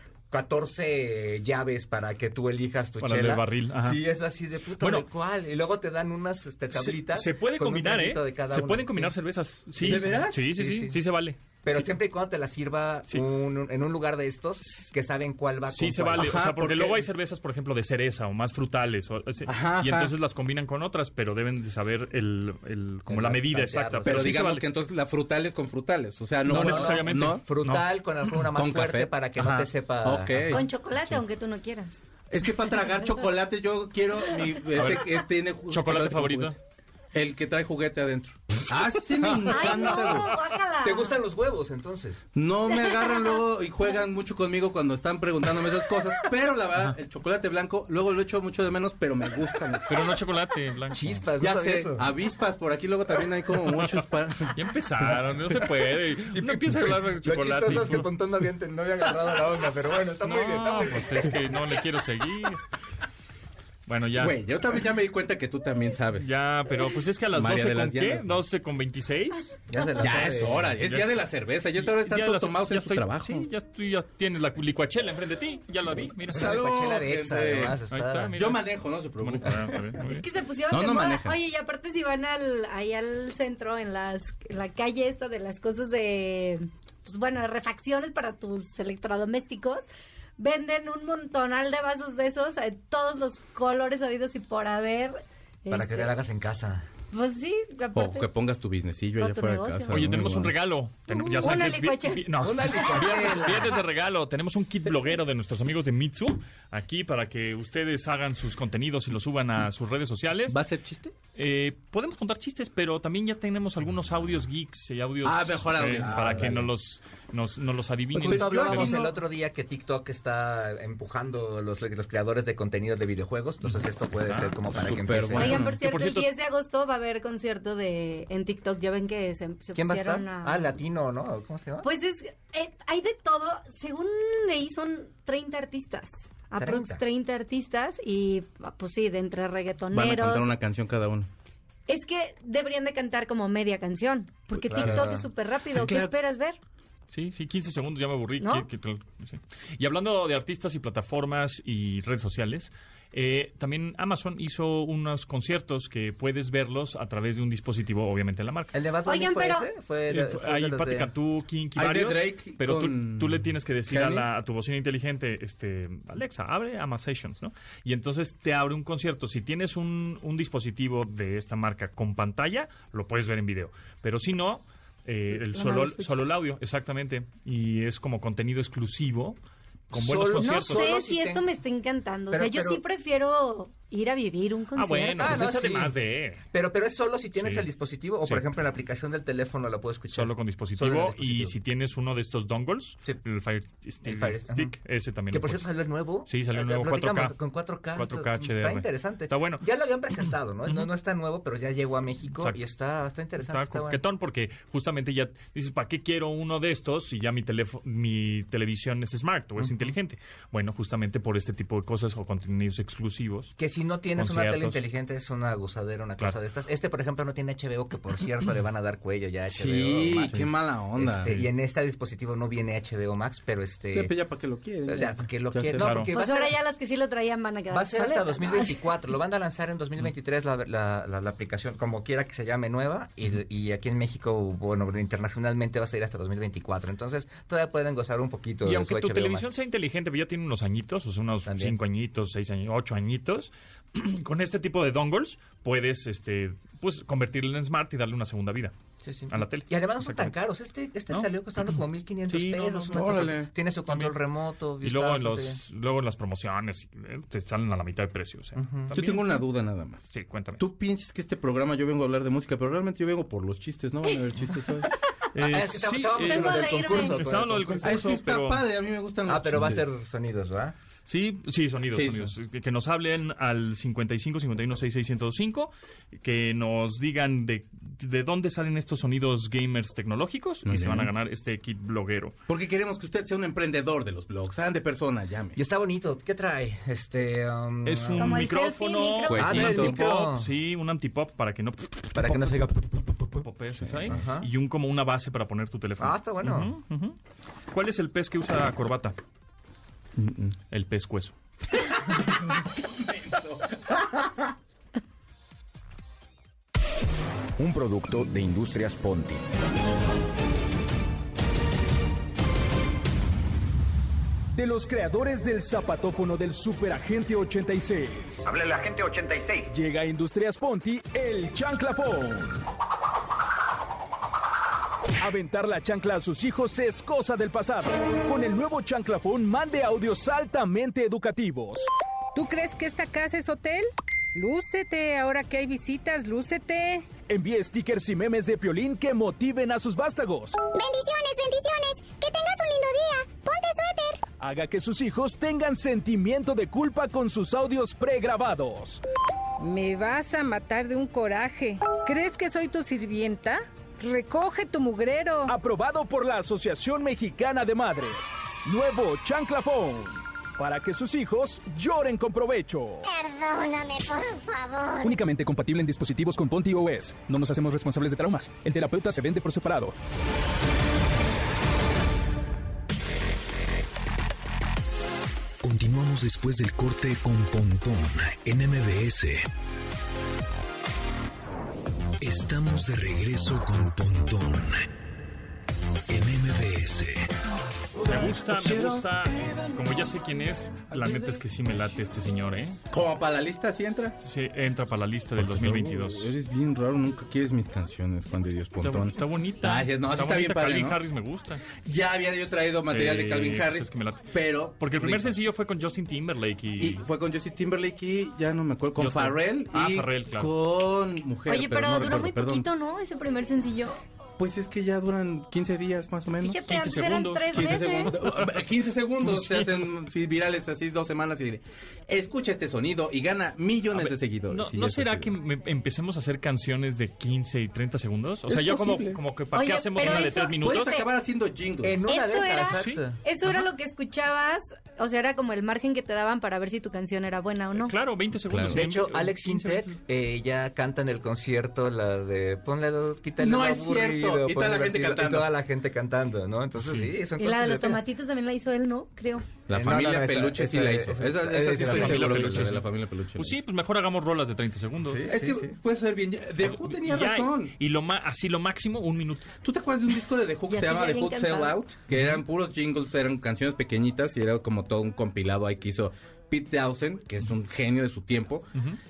14 llaves para que tú elijas tu
Para el
chela.
del barril, ajá.
Sí, es así de puta
Bueno.
bueno, cual. Y luego te dan unas este, tablitas.
Se, se puede
con un
combinar, ¿eh?
traguito de cada
Se
una.
pueden combinar
Sí.
cervezas. Sí,
¿De veras?
Sí, sí, sí,
Sí,
sí,
sí.
se vale.
Pero
Sí.
siempre y cuando te la sirva
Sí.
un- un- en un lugar de estos que saben cuál va
Sí,
con
se
cuál.
vale. o
Ajá,
sea, porque
porque-
luego hay cervezas, por ejemplo, de cereza o más frutales. o- o sea,
Ajá,
y
ajá.
entonces las combinan con otras, pero deben de saber el, el- como
El
la medida
tantearlo,
exacta.
sí.
Pero
sí se
digamos
vale.
que entonces la frutales con frutales. O sea, no,
No necesariamente.
no.
Frutal con alguna más
Con café.
fuerte para que
Ajá.
no te sepa.
Ok.
Con chocolate, aunque tú no quieras.
Es que para tragar chocolate yo quiero mi
ver.
este, que tiene ju-
¿Chocolate
con
favorito?
juguete. El que trae juguete adentro. Ah, sí me encanta.
¡Ay, no!
güey.
guácala.
¿Te gustan los huevos entonces?
No me agarran luego y juegan mucho conmigo cuando están preguntándome esas cosas. Pero la verdad, el chocolate blanco, luego lo echo mucho de menos, pero me gusta. mucho.
Pero no chocolate blanco.
Chispas, no
Ya
sabía
sé,
eso.
Ah,
avispas, por aquí luego también hay como muchos para...
Ya empezaron, no se puede. No empieza a hablar de chocolate.
Lo chistoso es que
¿no?
pues,
el Pontón no había, ent- no había agarrado la onda, pero bueno, está muy bien. Está
No,
muy bien.
pues es que no le quiero seguir. Bueno, ya.
Güey, yo también ya me di cuenta que tú también sabes. Ya,
Ya, pero pues es que a las
María
12
de las
con qué?
Llanas, ¿no?
12 con 26.
Ya, se la sabe.
es hora, es
Ya-
día de la cerveza. Ya ahora están
Ya
todos
las-
tomados
ya
en su
estoy-
trabajo.
Sí, ya, estoy- ya tienes la licuachela enfrente de ti, ya la vi. Mira.
Una licuachela de
Salud,
Exa,
gente.
además,
Ahí está,
está-
mira.
Yo manejo, no se preocupe.
Es que se pusieron
No,
de
no
moda.
manejan.
Oye, y aparte si van al, ahí al centro, en, las, en la calle esta de las cosas de, pues bueno, de refacciones para tus electrodomésticos, venden un montonal de vasos de esos, eh, todos los colores habidos y por haber.
Para
este,
que te la Oh, hagas en casa.
Pues sí,
O
aparte.
que pongas tu businessillo
O
allá
tu
fuera de
negocio.
casa.
Oye,
¿no?
tenemos un
Igual.
regalo. Ten- ya
Una
sabes, vi-
licuachela.
vi- no.
Una licuachela.
Viernes de regalo. Tenemos un kit bloguero de nuestros amigos de Mitsu aquí para que ustedes hagan sus contenidos y los suban a sus redes sociales.
¿Va a ser chiste?
Eh, podemos contar chistes, pero también ya tenemos algunos audios geeks y audios eh,
Ah, mejor audio. Ah,
para que
vale. Pues
no los, nos, no los adivinen.
Pues Justo
Pero-
hablábamos
pero-
el otro día que TikTok está empujando los, los creadores de contenido de videojuegos, entonces esto puede
Ah,
ser como para que
Súper
empiece.
bueno.
Oigan, por
Que
cierto,
por cierto-
el 10 de agosto va a haber concierto de en TikTok. Ya ven que se, se
¿Quién va a estar?
pusieron
Ah, latino, ¿no? ¿Cómo se llama?
Pues es, eh, hay de todo. Según leí, son 30 artistas. Aprox
30.
30 artistas y ah, pues sí, de entre
Van a cantar
reggaetoneros.
una canción cada uno.
Es que deberían de cantar como media canción, porque
Claro.
TikTok es súper rápido. ¿Qué
Claro.
esperas ver?
Sí, sí, 15 segundos, ya me aburrí.
¿No?
Que- que- sí. Y hablando de artistas y plataformas y redes sociales, Eh, también Amazon hizo unos conciertos que puedes verlos a través de un dispositivo, obviamente, de la marca.
¿El de Batman
Oigan,
fue
pero-
ese? Fue,
Eh,
fue
Hay
de los
Pati
de-
Cantú, Kinky,
Hay de
varios.
Drake
pero tú,
con
tú le tienes que decir a,
Kanye.
la- a tu bocina inteligente, este, Alexa, abre Ama Sessions, ¿no? Y entonces te abre un concierto. Si tienes un, un dispositivo de esta marca con pantalla, lo puedes ver en video. Pero si no, eh, el
Nomás
solo,
lo escuchas.
solo el audio, exactamente. Y es como contenido exclusivo con buenos
Solo-
No
conciertos.
sé
Solo
si
si
esto
ten-
me está encantando. o
Pero-
sea, yo
pero-
sí prefiero ir a vivir un
Ah,
concierto.
bueno,
Ah,
pues
no,
es
sí.
además de...
Pero, pero es solo si tienes
Sí.
el dispositivo o,
Sí.
por ejemplo, en la aplicación del teléfono la puedo escuchar.
Solo con dispositivo,
Solo en el
y
dispositivo.
si tienes uno de estos dongles,
Sí.
el Fire Stick,
El Fire- ajá.
Stick, ese también
Que
lo
por
puedes-
cierto salió el nuevo.
Sí, salió el
Eh,
nuego
platicamos
4K.
Con 4K.
4K
Está
HDR.
interesante.
Está bueno.
Ya lo habían presentado, ¿no?
Ujú.
no, no está nuevo, pero ya llegó a México
Exacto.
y está, está interesante.
Está
Está, bueno.
coquetón porque justamente ya dices, ¿para qué quiero uno de estos si ya mi teléfono, mi televisión es smart o es inteligente? Bueno, justamente por este tipo de cosas o contenidos exclusivos.
Que si no tienes una tele
Conciertos.
inteligente es una gozadera, una
Claro.
cosa de estas. Este, por ejemplo, no tiene HBO, que por cierto le van a dar cuello ya a HBO
Sí,
Max.
qué mala onda.
Este, y en este dispositivo no viene HBO Max, pero
Ya,
este...
pues, ya para que lo quieren.
Ya, que lo
Ya sé.
quiere- no,
Claro.
porque va a
Pues
ser-
ahora ya las que sí lo traían van a quedar
Va a ser hasta
obsoletas, ¿no?
2024. Lo van a lanzar en 2023 la, la- la- la aplicación, como quiera que se llame nueva. Y, y aquí en México, bueno, internacionalmente va a salir hasta 2024. Entonces, todavía pueden gozar un poquito
Y
de
aunque
su
tu
HBO
televisión
Max.
sea inteligente, pero ya tiene unos añitos, o sea, unos
También.
cinco añitos, seis añitos, ocho añitos, con este tipo de dongles puedes este pues convertirlo en smart y darle una segunda vida
Sí, sí.
a la tele.
Y además no son tan
Exactamente.
caros. Este, este
¿No?
salió costando como 1500
Sí, no,
pesos.
no,
una cosa.
órale.
Tiene su control remoto.
Y luego en,
está bastante
los, luego en las promociones eh, te salen a la mitad de precio. o sea,
Yo
también-
tengo una duda nada más.
Sí, cuéntame.
Tú piensas que este programa yo vengo a hablar de música, pero realmente yo vengo por los chistes, ¿no? Van a haber chistes
Eh,
hoy.
Ah, es que
sí,
estábamos
eh,
en lo
Vengo a
del
reírme.
concurso.
Estaba lo del
Ah, es
Concurso,
que está
pero-
padre, a mí me gustan los
Ah, pero va a
chistes.
ser sonidos, ¿va?
Sí, sí, sonidos,
Sí,
sonidos. Que, que nos hablen al 55 51 6605, que nos digan de, de dónde salen estos sonidos gamers tecnológicos y
Muy
se
bien.
van a ganar este kit bloguero.
Ah.
Porque queremos que usted sea un emprendedor de los blogs. Sean de persona, llame.
Y está bonito. ¿Qué trae? Este. um,
Es un
Como el
micrófono,
selfie, micrófono.
un
Cuequito.
Ah,
antipop, sí, un antipop para que no
Para que no se diga.
popes, ¿sabes?
ajá.
y un como una base para poner tu teléfono.
Ah, está bueno.
Ujú, ujú. ¿Cuál es el pez que usa corbata? El pez cueso.
Un producto de Industrias Ponti.
De los creadores del zapatófono del Superagente 86.
Hable la gente 86.
Llega a Industrias Ponti el chanclafón. Aventar la chancla a sus hijos es cosa del pasado. Con el nuevo chanclafón, mande audios altamente educativos.
¿Tú crees que esta casa es hotel? Lúcete, ahora que hay visitas, lúcete.
Envíe stickers y memes de piolín que motiven a sus vástagos.
Bendiciones, bendiciones. Que tengas un lindo día. Ponte suéter.
Haga que sus hijos tengan sentimiento de culpa con sus audios pregrabados.
Me vas a matar de un coraje. ¿Crees que soy tu sirvienta? Recoge tu mugrero.
Aprobado por la Asociación Mexicana de Madres. Nuevo chanclafón. Para que sus hijos lloren con provecho.
Perdóname, por favor.
Únicamente compatible en dispositivos con Ponti OS. No nos hacemos responsables de traumas. El terapeuta se vende por separado.
Continuamos después del corte con Pontón en MBS. Estamos de regreso con Pontón en MBS.
Me gusta, me gusta. Como ya sé quién es, la neta es que sí me late este señor, ¿eh? Este
Como para la lista, si entra.
Sí, entra para la lista del 2022.
Uy, eres bien raro, nunca quieres mis canciones, Juan de Dios
Está,
Pontón.
está bonita.
Gracias, no, sí
está,
está bien
bonita.
padre,
Calvin
¿no?
Harris me gusta.
Ya había yo traído material
Sí,
de Calvin
pues
Harris,
es que me late.
pero...
Porque el primer
Rico.
sencillo fue con Justin Timberlake y,
Y fue con Justin Timberlake y ya no me acuerdo, con
Yo también.
Farrell
Ah,
y
Farrell, claro.
con Mujer.
Oye, pero,
no
duró
recuerdo,
muy
perdón.
poquito, ¿no? Ese primer sencillo.
Pues es que ya duran 15 días más o menos.
Fíjate,
15
antes eran
segundos,
tres
15
veces.
segundos, 15 segundos se hacen sí, virales así dos semanas y escucha este sonido y gana millones de seguidores.
No,
Y
¿no
eso
será
sí.
que me- empecemos a hacer canciones de 15 y 30 segundos? O sea, yo como,
posible.
como que ¿para qué
Oye,
hacemos
pero
una de
eso-
3
Puedes
minutos?
Puede-
acabar haciendo jingles.
En una
Eso
de esas,
era-
exacto.
Sí.
Eso era lo que escuchabas o sea, era como el margen que te daban para ver si tu canción era buena o no.
Claro, 20 segundos.
De hecho, Alex
15
Intec eh, ya canta en el concierto la de ponle, lo- quítale
No
lo
es cierto.
aburrido,
Y toda la
ponle
gente
divertido,
cantando.
Y toda la gente cantando, ¿no? Entonces, sí, son
Y la de
cosas
los tomatitos también la hizo él, ¿no? Creo.
La
Eh, no,
familia
no, no, esa-
Peluche sí
esa-
la hizo. Esa,
esa-
esa,
esa
sí
es
la
estoy seguro
familia
que la de
Peluche,
la
sí.
familia Peluche.
Pues
la
sí,
hizo.
pues mejor hagamos rolas de 30 segundos.
Sí.
Es que puede ser bien. The Who tenía
Ya,
razón.
Y lo ma- así lo máximo, un minuto.
¿Tú te acuerdas de un disco de The Who que
Ya
se
estoy
llama The
bien
Who Sell
cansada.
Out? Que eran puros jingles, eran canciones pequeñitas y era como todo un compilado ahí que hizo Pete Townsend, que es un genio de su tiempo.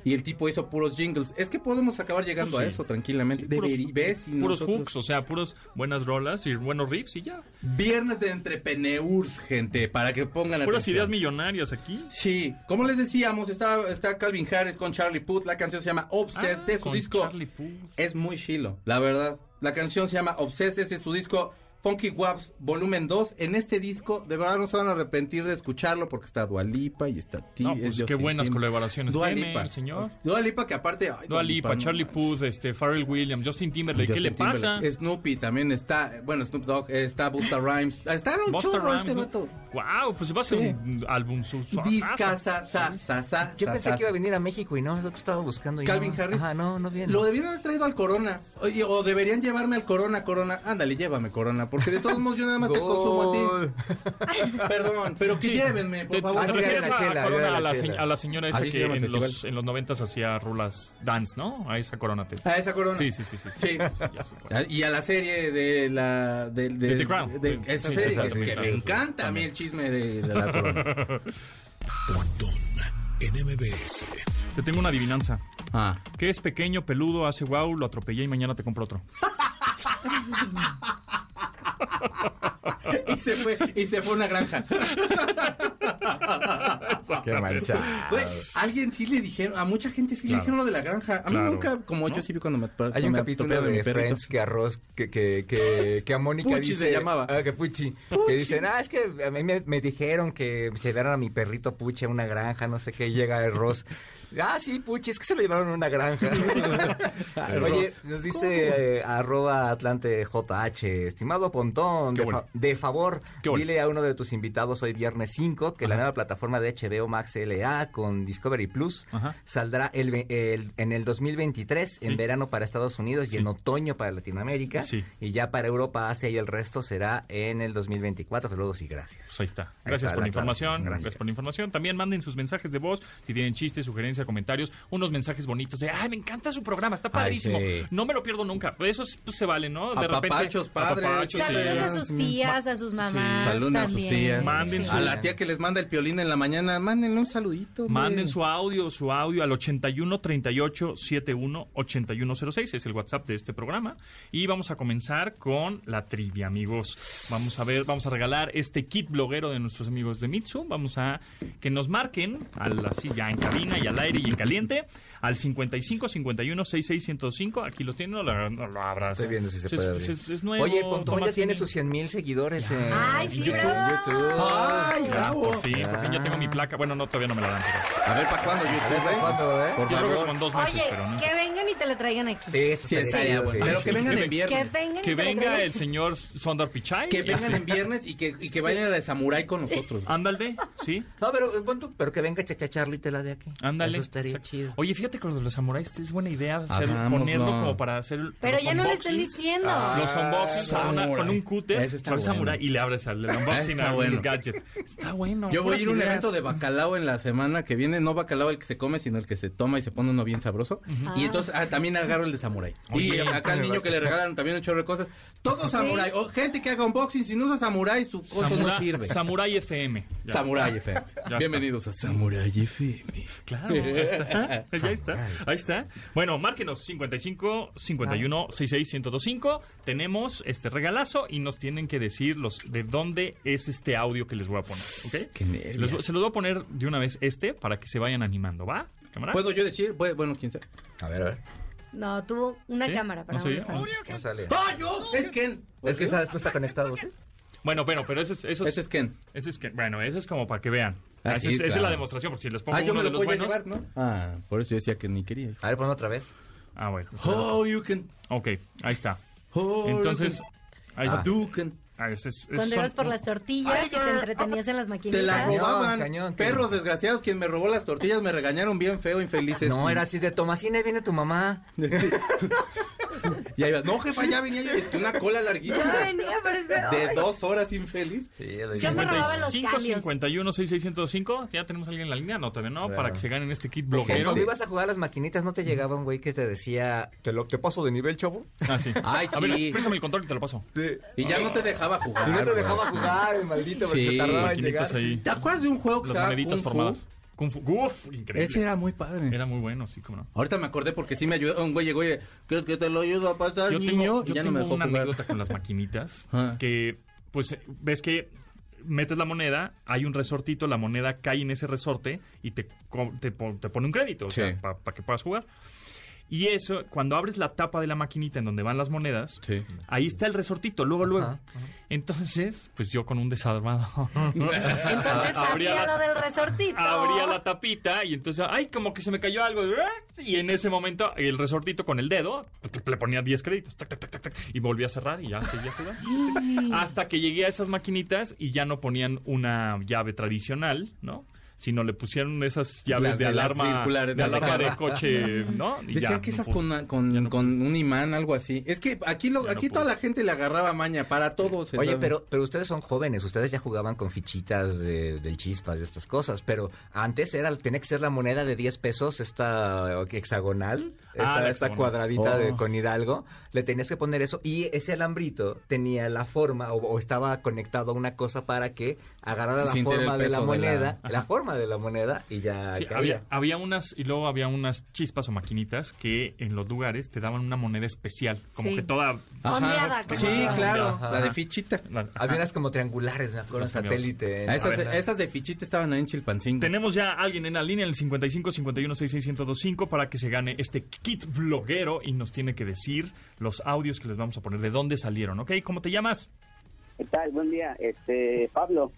Y el tipo hizo puros jingles. Es que podemos acabar llegando
Pues
a
sí.
eso tranquilamente.
Sí,
de
puros-
derivés y
puros
nosotros-
hooks, o sea, puros buenas rolas y buenos riffs y ya.
Viernes de Entrepreneurs, gente, para que pongan
Puras
atención.
ideas millonarias aquí.
Sí, como les decíamos, está, está Calvin Harris con Charlie Puth. La canción se llama Obsessed
Ah,
de este su
con
disco.
Charlie Puth.
Es muy chilo, la verdad. La canción se llama Obsessed es de su disco Funky Waps Volumen 2. En este disco, de verdad, no se van a arrepentir de escucharlo porque está Dualipa y está Ti.
No, pues, qué buenas colaboraciones tiene el señor.
Dualipa, Pues, que aparte. ay,
Dua Lipa,
no
Charlie
manches.
Puth, este, Pharrell Williams, Justin Timberlake. ¿Qué
Justin
le pasa?
Timberlake. Snoopy también está. Bueno, Snoop Dogg, está Busta Rhymes. Está un chorro ese vato.
Wow, pues va a ser un álbum su, su-
Discasa, sa, sa, sa,
Yo
sa,
pensé
sa,
que iba a
sa.
venir a México y no, es lo que estaba buscando. y
Calvin
no.
Harris.
Ajá, no, no viene.
Lo debieron haber traído al Corona. Oye, O, deberían llevarme al Corona, Corona. Ándale, llévame, Corona. Porque de todos modos yo nada más te consumo a
Gol.
ti. Perdón, pero que
Sí.
llévenme,
Te-
por favor.
te
Ah,
refieres
ayuda a la
a-
chela,
a, Corona,
ayuda a la
a la, se-
chela.
a la señora esta
Así se
que
llama el
en los,
festival.
en los 90 hacía rulas dance, ¿no? A esa corona te.
A esa Ah, Corona.
Sí, sí, sí, sí. sí, sí,
Sí.
sí, ya sé cuál.
A- Y a la serie de la. De, de-
De The Crown.
de- de- esa
Sí,
serie,
sí,
que-
sí,
que
sí,
me
sí,
encanta a mí el chisme de, de la Corona.
Pontón en MBS.
Te tengo una adivinanza.
Ah.
¿Qué es pequeño, peludo, hace wow, lo atropellé y mañana te compro otro?
Y se fue, y se fue a una granja.
Qué mancha.
Güey, alguien sí le dijeron, a mucha gente sí le
Claro.
dijeron lo de la granja. A mí
Claro.
nunca, como yo sí vi cuando me
Hay un capítulo de Friends que arroz que, que, que, que a Mónica
Puchi se
dice-
llamaba.
Ah, que Puchi. Que dicen, ah, es que a mí me, me dijeron que se llevaron a mi perrito Puchi a una granja, no sé qué, y llega el Ross. Ah, sí, Puchi, es que se lo llevaron a una granja. Oye, nos dice eh, arroba Atlante JH, estimado Pontón,
Qué
de,
bueno.
fa- de favor,
Qué bueno.
dile a uno de tus invitados hoy viernes 5 que la nueva plataforma de HBO Max LA con Discovery Plus
Ajá.
saldrá el, ve- el- en el 2023
Sí.
en verano para Estados Unidos
Sí.
y en otoño para Latinoamérica.
Sí.
Y ya para Europa, Asia y el resto será en el 2024. Saludos y gracias.
Pues ahí está.
Ahí
Gracias
está
por
la
la información.
aclaración.
Gracias.
Gracias.
por la información. También manden sus mensajes de voz, si tienen chistes, sugerencias, comentarios, unos mensajes bonitos de, ay, me encanta su programa, está padrísimo.
sí.
No me lo pierdo nunca. Pues Eso sí, pues, se vale, ¿no? De
Apapachos, padres.
apapachos, sí.
Saludos a
sí.
sus tías, a sus mamás.
Saludos a sus
también.
tías.
Manden su-
a la tía que les manda el piolín en la mañana, mándenle un saludito. güey.
Manden su audio, su audio al 81 38 71 8106, es el WhatsApp de este programa. Y vamos a comenzar con la trivia, amigos. Vamos a ver, vamos a regalar este kit bloguero de nuestros amigos de Mitsu. Vamos a que nos marquen, al, así ya en cabina y al aire y en caliente, al 55 51 66 105. Aquí los tienen, no lo, no lo abras. ¿eh?
Estoy viendo si se
Es-
puede
es-
abrir.
Es, es nuevo.
Oye, Pontón ya
Tomás
tiene
Fini.
sus 100 mil seguidores en,
Ay, sí,
YouTube.
bravo.
YouTube.
Ay,
Ya,
bravo.
Ah.
por fin, por fin ya tengo mi placa. Bueno, no, todavía no me la dan. pero-
A ver, ¿para cuándo YouTube?
¿Para
eh?
cuándo, eh?
Por
Yo creo que
favor.
con dos meses,
Oye,
pero no.
que vengan y te la traigan aquí.
Sí, eso
Sí,
estaría
estaría
chido,
bueno.
sí,
Pero
sí.
que vengan en
Que
viernes.
vengan y
Que
te la
venga
traigan
el señor Sondar Pichai.
Que em- vengan en viernes y que, y que vayan de samurái con nosotros.
Ándale, sí,
No, pero, eh, pon tú- pero que venga Chacha Charlie te la de aquí.
ándale.
Eso estaría
Exacto.
chido.
Oye, fíjate con los samuráis, es buena idea hacer,
Hagámoslo.
ponerlo como para hacer.
Pero
los
ya no le estén
unboxings. Ah.
diciendo.
Los unboxings con, una-
samurái.
con un cúter,
Eso Ah, está
¿sabes?
bueno.
Samurai, y le abres al el unboxing
Está
al
bueno.
gadget. Está bueno.
Yo voy a ir a un
buenas
evento de
ideas.
bacalao en la semana que viene, no bacalao el que se come, sino el que se toma y se pone uno bien sabroso. Y entonces ah, también agarro el de samurái. Y
Oye,
acá el niño que le regalan también un chorro de cosas. Todo samurái. O gente que haga unboxing, si no usa samurái, su cosa
Samurá-
no sirve.
Samurai FM. Ya.
Samurai FM.
está.
Bienvenidos a Samurai FM.
Claro, ahí está. ya está. Ahí está. Bueno, márquenos 55 51
Ah.
66 1025. Tenemos este regalazo y nos tienen que decir los de dónde es este audio que les voy a poner, ¿ok?
Qué nervios.
Les voy- se los voy a poner de una vez este para que se vayan animando, ¿va? ¿Cámara?
¿Puedo yo decir? Bu- Bueno, quién sabe.
A ver, a ver.
No, tuvo una
¿Sí?
cámara para
¿No se oye?
OnlyFans.
¿Cómo sale?
¡Ah, yo! Es Ken.
Es que sabes, no está conectado, ¿sí?
Bueno, bueno, pero ese es, eso es,
Ese es Ken.
ese es que- bueno, ese es como para que vean.
Ah,
Ese
sí,
es- Esa es
claro.
la demostración, porque si les pongo
Ah, yo
uno
me
de
lo
los
voy a
buenos.
llevar, ¿no? Ah, por eso yo decía que ni quería.
A ver, pon otra vez.
Ah, bueno.
Oh, you can.
Ok, ahí está.
Oh,
Entonces, ahí está.
Hadouken.
Ah, ese es- esos
Cuando
son-
ibas por las tortillas
Ay,
y te
no.
entretenías en las
Te la
maquinitas.
Cañón,
robaban.
cañón, que-
Perros desgraciados, quien me robó las tortillas me regañaron bien feo, infelices.
No, era así de Tomasina, viene tu mamá.
Y ahí va, no, jefa, ya venía yo. este, Una cola
Yo
larguísima.
venía, pero es que-
De dos horas infeliz.
Yo me robaba los
55,
cambios.
51 6605 ya tenemos a alguien en la línea, no todavía no,
Claro.
para que se ganen este kit
Porque
bloguero.
Cuando ibas a jugar a las maquinitas, ¿no te llegaba un güey que te decía, te lo te paso de nivel, chavo?
Ah, sí.
Ay,
A ver,
sí.
préstame el control y te lo paso.
Sí.
Y ya no te dejaba jugar.
Y no te
güey.
dejaba jugar, el maldito, porque
Sí,
se tardaba en llegar.
Maquinitas ahí.
¿Te acuerdas de un juego que
Las
se llama
moneditas
Kung Fu?
formadas. Kung Fu. Uf, increíble.
Ese era muy padre.
Era muy bueno, sí, como no.
Ahorita me acordé porque sí me ayudó. Un güey llegó y ¿crees que te lo ayudo a pasar,
Yo
niño?
tengo,
Y
yo
ya no
tengo
me dejó
una
jugar.
anécdota con las maquinitas
Ah.
que, pues, eh, ves que metes la moneda, hay un resortito, la moneda cae en ese resorte y te, co- te, po- te pone un crédito, o
Sí.
sea, para que puedas jugar. Y eso, cuando abres la tapa de la maquinita en donde van las monedas,
Sí.
ahí está el resortito, luego, luego. Entonces, pues yo con un desarmado.
Entonces
Abría la-
sabía lo del resortito.
abría la tapita y entonces, ay, como que se me cayó algo. Y en ese momento, el resortito con el dedo tac, tac, le ponía 10 créditos. tac, tac, tac, tac, tac, y volví a cerrar y ya seguía jugando. Hasta que llegué a esas maquinitas y ya no ponían una llave tradicional, ¿no? Sino le pusieron esas llaves
Las
de,
de las
alarma,
circulares,
de
las de
alarma de
carro.
coche, ¿no? Y
Decían
ya,
que
no
esas
pude.
con, con-
Ya no
con un imán, algo así. Es que aquí lo,
Ya no
aquí toda
pude.
la gente le agarraba maña para todos.
Oye,
¿sabes?
pero, pero ustedes son jóvenes, ustedes ya jugaban con fichitas de- del chispas, de estas cosas, pero antes era, tenía que ser la moneda de 10 pesos, esta hexagonal, esta,
la
esta
hexagonal.
cuadradita
Ah, Oh.
de, con Hidalgo, le tenías que poner eso y ese alambrito tenía la forma o, o estaba conectado a una cosa para que agarrara la
Sintiera el
forma de la
peso de la-
moneda, la... forma de la moneda y ya
Sí,
caía.
había, había unas, y luego había unas chispas o maquinitas que en los lugares te daban una moneda especial, como
Sí.
que toda...
Ajá.
Ondeada, como
Sí,
la-
claro.
Ajá.
La de fichita.
la-
Había unas como triangulares, me acuerdo,
Los amigos.
satélite. en-
Ah, Esas,
A ver.
de, esas de fichita estaban ahí en Chilpancingo.
Tenemos ya a alguien en la línea, el 55 51 66 para que se gane este kit bloguero y nos tiene que decir los audios que les vamos a poner, de dónde salieron, ¿ok? ¿Cómo te llamas?
¿Qué tal? Buen día, este, Pablo.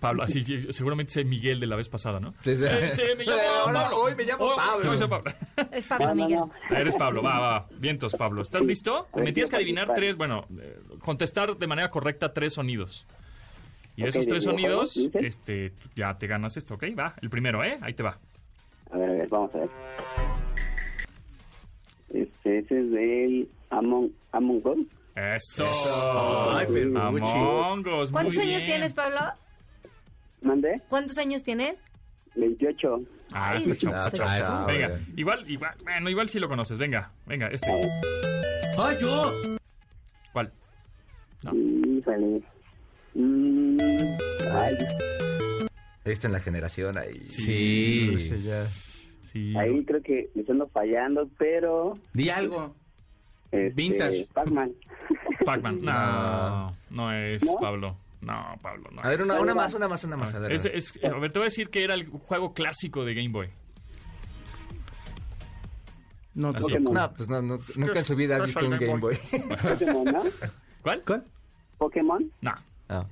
Pablo, así sí, seguramente sé Miguel de la vez pasada, ¿no?
Sí, sí.
Este, me llamo
Ahora,
Pablo.
hoy me llamo
Hoy-
Pablo.
hoy soy Pablo.
Es Pablo Miguel.
Ah, Eres Pablo, va, va, va. Vientos, Pablo. ¿Estás listo?
A ver,
Me tienes
Pues
que
yo
adivinar
participar.
tres, bueno, eh, contestar de manera correcta tres sonidos. Y
Ok,
de esos
¿de
tres
videojuegos,
sonidos,
dices?
este, ya te ganas esto, ¿ok? Va, el primero, ¿eh? Ahí te va.
A ver, a ver, vamos a ver. Este, ese es del Among, Among Us.
Eso.
Ay, pero
Among Us,
¿Cuántos
muy
años
bien.
tienes, Pablo?
¿Mandé?
¿Cuántos años tienes?
28.
Ah, está chavo,
Ah,
está chavo.
está chavo,
Venga,
bien.
igual, igual, bueno, igual sí lo conoces. Venga, venga, este.
¡Ay, yo!
¿Cuál? No.
Híjole. Mm, ay,
Ahí está en la generación ahí.
Sí.
Sí, ya.
Sí.
ahí creo que me están fallando, pero...
Di algo.
Este,
Vintage.
Pac-Man.
Pac-Man. No, no es
¿No?
Pablo. No, Pablo, no.
A ver, una, una más, una más, una más. A ver,
Es- es- a ver, te voy a decir que era el juego clásico de Game Boy.
No,
Así.
Pokémon.
No, pues no, no, nunca en su vida ha visto un Game Boy.
Pokémon, ¿no?
¿Cuál?
¿Cuál?
Pokémon,
No,
Ah.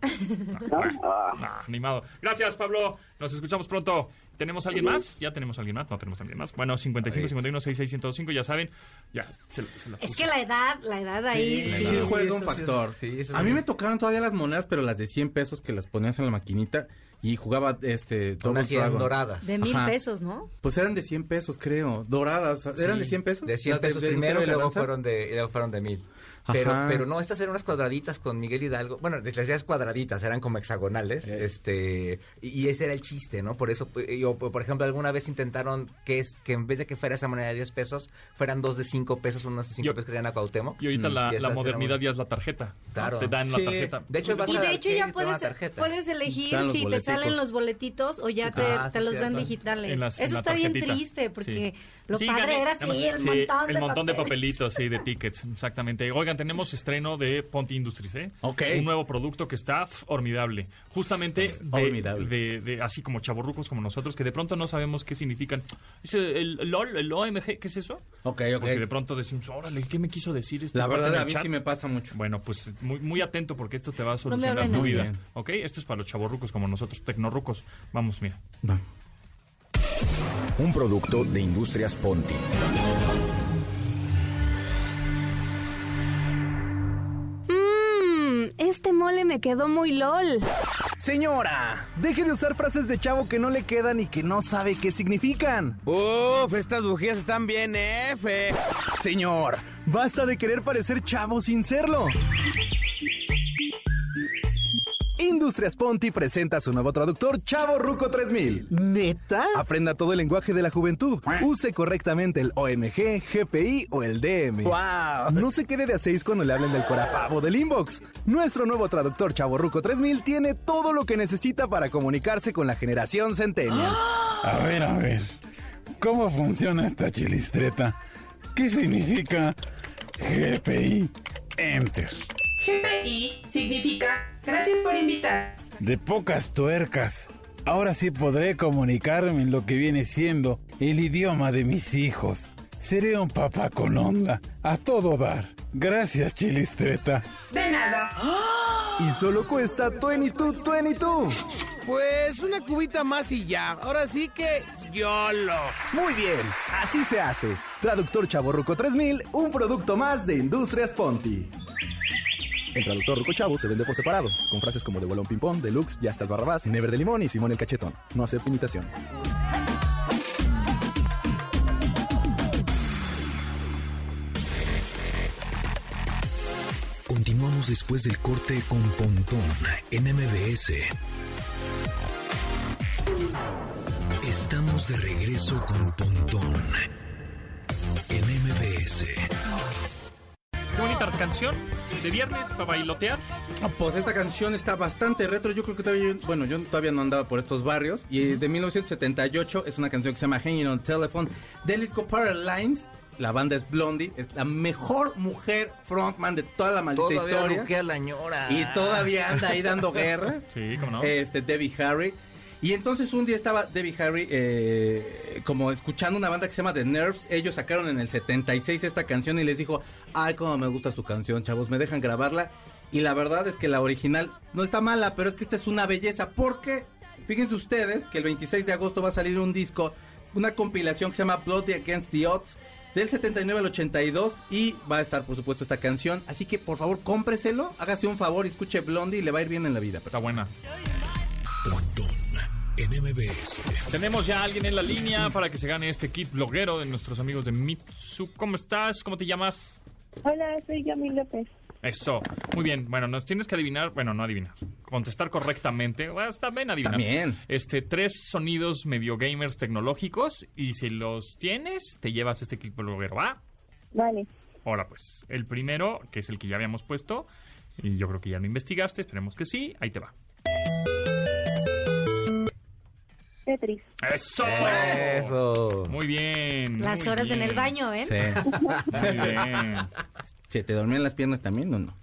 ¿no? Ah,
no, animado. Gracias, Pablo. Nos escuchamos pronto. ¿Tenemos alguien más? ¿Ya tenemos alguien más? No tenemos alguien más. Bueno, 55, 51, 66, 105, ya saben. Ya, se, la- se la
Es
puse.
que la edad, la edad ahí.
Sí,
sí.
sí, juega
eso
un
sí es-
factor.
sí, eso es
a mí
verdad.
me tocaron todavía las monedas, pero las de 100 pesos que las ponías en la maquinita y jugaba este Double
Unas eran
Dragon.
doradas.
De mil
Ajá.
pesos, ¿no?
Pues eran de 100 pesos, creo, doradas. ¿Eran de 100 pesos?
De 100
Las
pesos
del
primero
Museo de
y
la
luego
Danza.
fueron de, y luego fueron de mil. Pero,
Ajá.
pero no, estas eran unas cuadraditas con Miguel Hidalgo. Bueno, les decías cuadraditas, eran como hexagonales.
Eh.
Este, y, y ese era el chiste, ¿no? Por eso, eh, yo, por ejemplo, alguna vez intentaron que es que en vez de que fuera esa moneda de 10 pesos, fueran dos de 5 pesos, unas de 5
Yo-
pesos que se a Cuauhtémoc.
Y ahorita
Mm,
la,
y
la
esas
modernidad
eran-
ya es la tarjeta.
Claro.
Te dan la
Sí.
tarjeta.
De hecho, vas
Y
a
de
la
hecho
arcade y
ya
te dan la
puedes,
tarjeta.
puedes elegir
Dan los
si te
boleticos.
salen los boletitos o ya te,
Ah,
te
sí,
los dan
cierto.
digitales.
En las- en
Eso
la
está bien
tarjetita.
triste porque
Sí.
lo
Sí,
padre
gané.
era así, el
Sí,
montón,
el montón de
papel.
papelitos, sí, de tickets, exactamente. Oigan, tenemos estreno de Ponte Industries, ¿eh?
Ok.
Un nuevo producto que está formidable. Justamente de,
Ah, Formidable.
de- de- así como chavorrucos como nosotros, que de pronto no sabemos qué significan. ¿Es el, el LOL, el OMG, ¿qué es eso?
Ok, ok.
Porque de pronto decimos, órale, ¿qué me quiso decir este esto?
La verdad, a mí sí me pasa mucho.
Bueno, pues muy, muy atento porque esto te va a solucionar
hablen
tu
así.
vida.
Bien.
¿Ok? Esto es para los chavorrucos como nosotros, tecnorrucos. Vamos, mira.
Un producto de Industrias Ponti.
Mmm, este mole
mole me quedó muy lol.
Señora, deje de usar frases de chavo que no le quedan y que no sabe qué significan.
Uf, estas bujías están bien eh, F.
Señor, basta de querer parecer chavo sin serlo. Industrias Ponti presenta su nuevo traductor Chavo Ruco 3000.
¿Neta?
Aprenda todo el lenguaje de la juventud. Use correctamente el OMG, GPI o el DM.
¡Wow!
No se quede de a seis cuando le hablen del corapavo del inbox. Nuestro nuevo traductor Chavo Ruco 3000 tiene todo lo que necesita para comunicarse con la generación centennial.
A ver, a ver. ¿Cómo funciona esta chilistreta? ¿Qué significa GPI? Enter.
GPI significa Gracias por invitar.
De pocas tuercas. Ahora sí podré comunicarme en lo que viene siendo el idioma de mis hijos. Seré un papá con onda, a todo dar. Gracias, Chilistreta.
De nada.
Y solo cuesta 22, 22.
Pues una cubita más y ya. Ahora sí que YOLO.
Muy bien, así se hace. Traductor Chaborruco 3000, un producto más de Industrias Ponti. El traductor Ruco Chavo se vende por separado, con frases como de bolón ping-pong, deluxe, ya estás barrabás, never de limón y Simón el cachetón. No acepta imitaciones.
Continuamos después del corte con Pontón en MBS. Estamos de regreso con Pontón en MBS.
Qué bonita canción de viernes para bailotear.
Pues esta canción está bastante retro. Yo creo que todavía, yo, bueno, yo todavía no andaba por estos barrios. Y es de 1978 es una canción que se llama Hanging on Telephone de Disco Lines. La banda es Blondie, es la mejor mujer frontman de toda la maldita
todavía
historia.
Todavía la ñora.
Y todavía anda ahí dando guerra.
sí, cómo no.
Este, Debbie Harry. Y entonces un día estaba Debbie Harry eh, como escuchando una banda que se llama The Nerves. Ellos sacaron en el 76 esta canción y les dijo, ay, cómo me gusta su canción, chavos, me dejan grabarla. Y la verdad es que la original no está mala, pero es que esta es una belleza porque, fíjense ustedes, que el 26 de agosto va a salir un disco, una compilación que se llama Bloody Against the Odds. Del 79 al 82 y va a estar por supuesto esta canción. Así que por favor cómpreselo, hágase un favor, escuche Blondie y le va a ir bien en la vida.
Está buena.
MBS.
Tenemos ya a alguien en la línea para que se gane este kit bloguero de nuestros amigos de Mitsu. ¿Cómo estás? ¿Cómo te llamas?
Hola, soy Yamil López.
Eso, muy bien. Bueno, nos tienes que adivinar, bueno, no adivinar, contestar correctamente. Bueno, también adivinar.
También.
Este, tres sonidos medio gamers tecnológicos y si los tienes, te llevas este kit bloguero, ¿va?
Vale.
Ahora pues, el primero, que es el que ya habíamos puesto, y yo creo que ya lo investigaste, esperemos que sí, ahí te va.
Tetris.
¡Eso!
Eso.
Muy bien.
Las
muy
horas
bien.
en el baño, ¿eh?
Sí.
Muy bien.
¿Se te dormían las piernas también o no?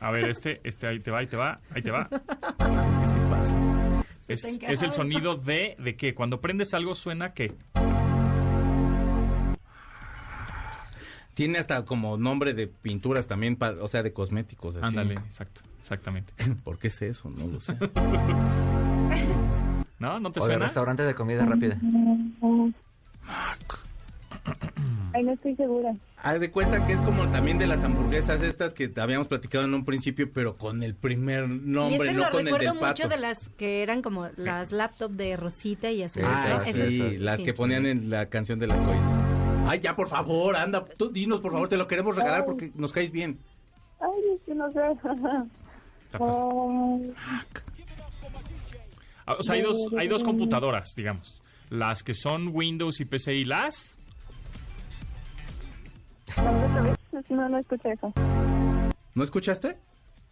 A ver, este, este, ahí te va, ahí te va, ahí te va.
¿Qué se pasa?
Se
Es,
te encaja
es el
algo.
sonido de, de que cuando prendes algo suena que.
Tiene hasta como nombre de pinturas también, pa- o sea, de cosméticos. así.
Ándale, exacto, exactamente.
¿Por qué es eso? No lo sé.
¿No? ¿No te
O de
suena?
restaurantes de comida rápida.
Ay, no estoy segura.
Haz de cuenta que es como también de las hamburguesas estas que habíamos platicado en un principio, pero con el primer
y
nombre,
ese
no
lo
con el
recuerdo
del
mucho
pato.
de las que eran como las laptop de Rosita y Azul.
Ah,
¿no?
sí,
Esas-
las
sí.
que ponían en la canción de las coyas. Ay, ya, por favor, anda, tú dinos, por favor, te lo queremos regalar porque nos caes bien.
Ay, es que no sé.
Está fácil.
Ay,
Ah, O sea, hay dos, hay dos computadoras, digamos. Las que son Windows y PC y las.
otra vez? No, no escuché eso.
¿No escuchaste?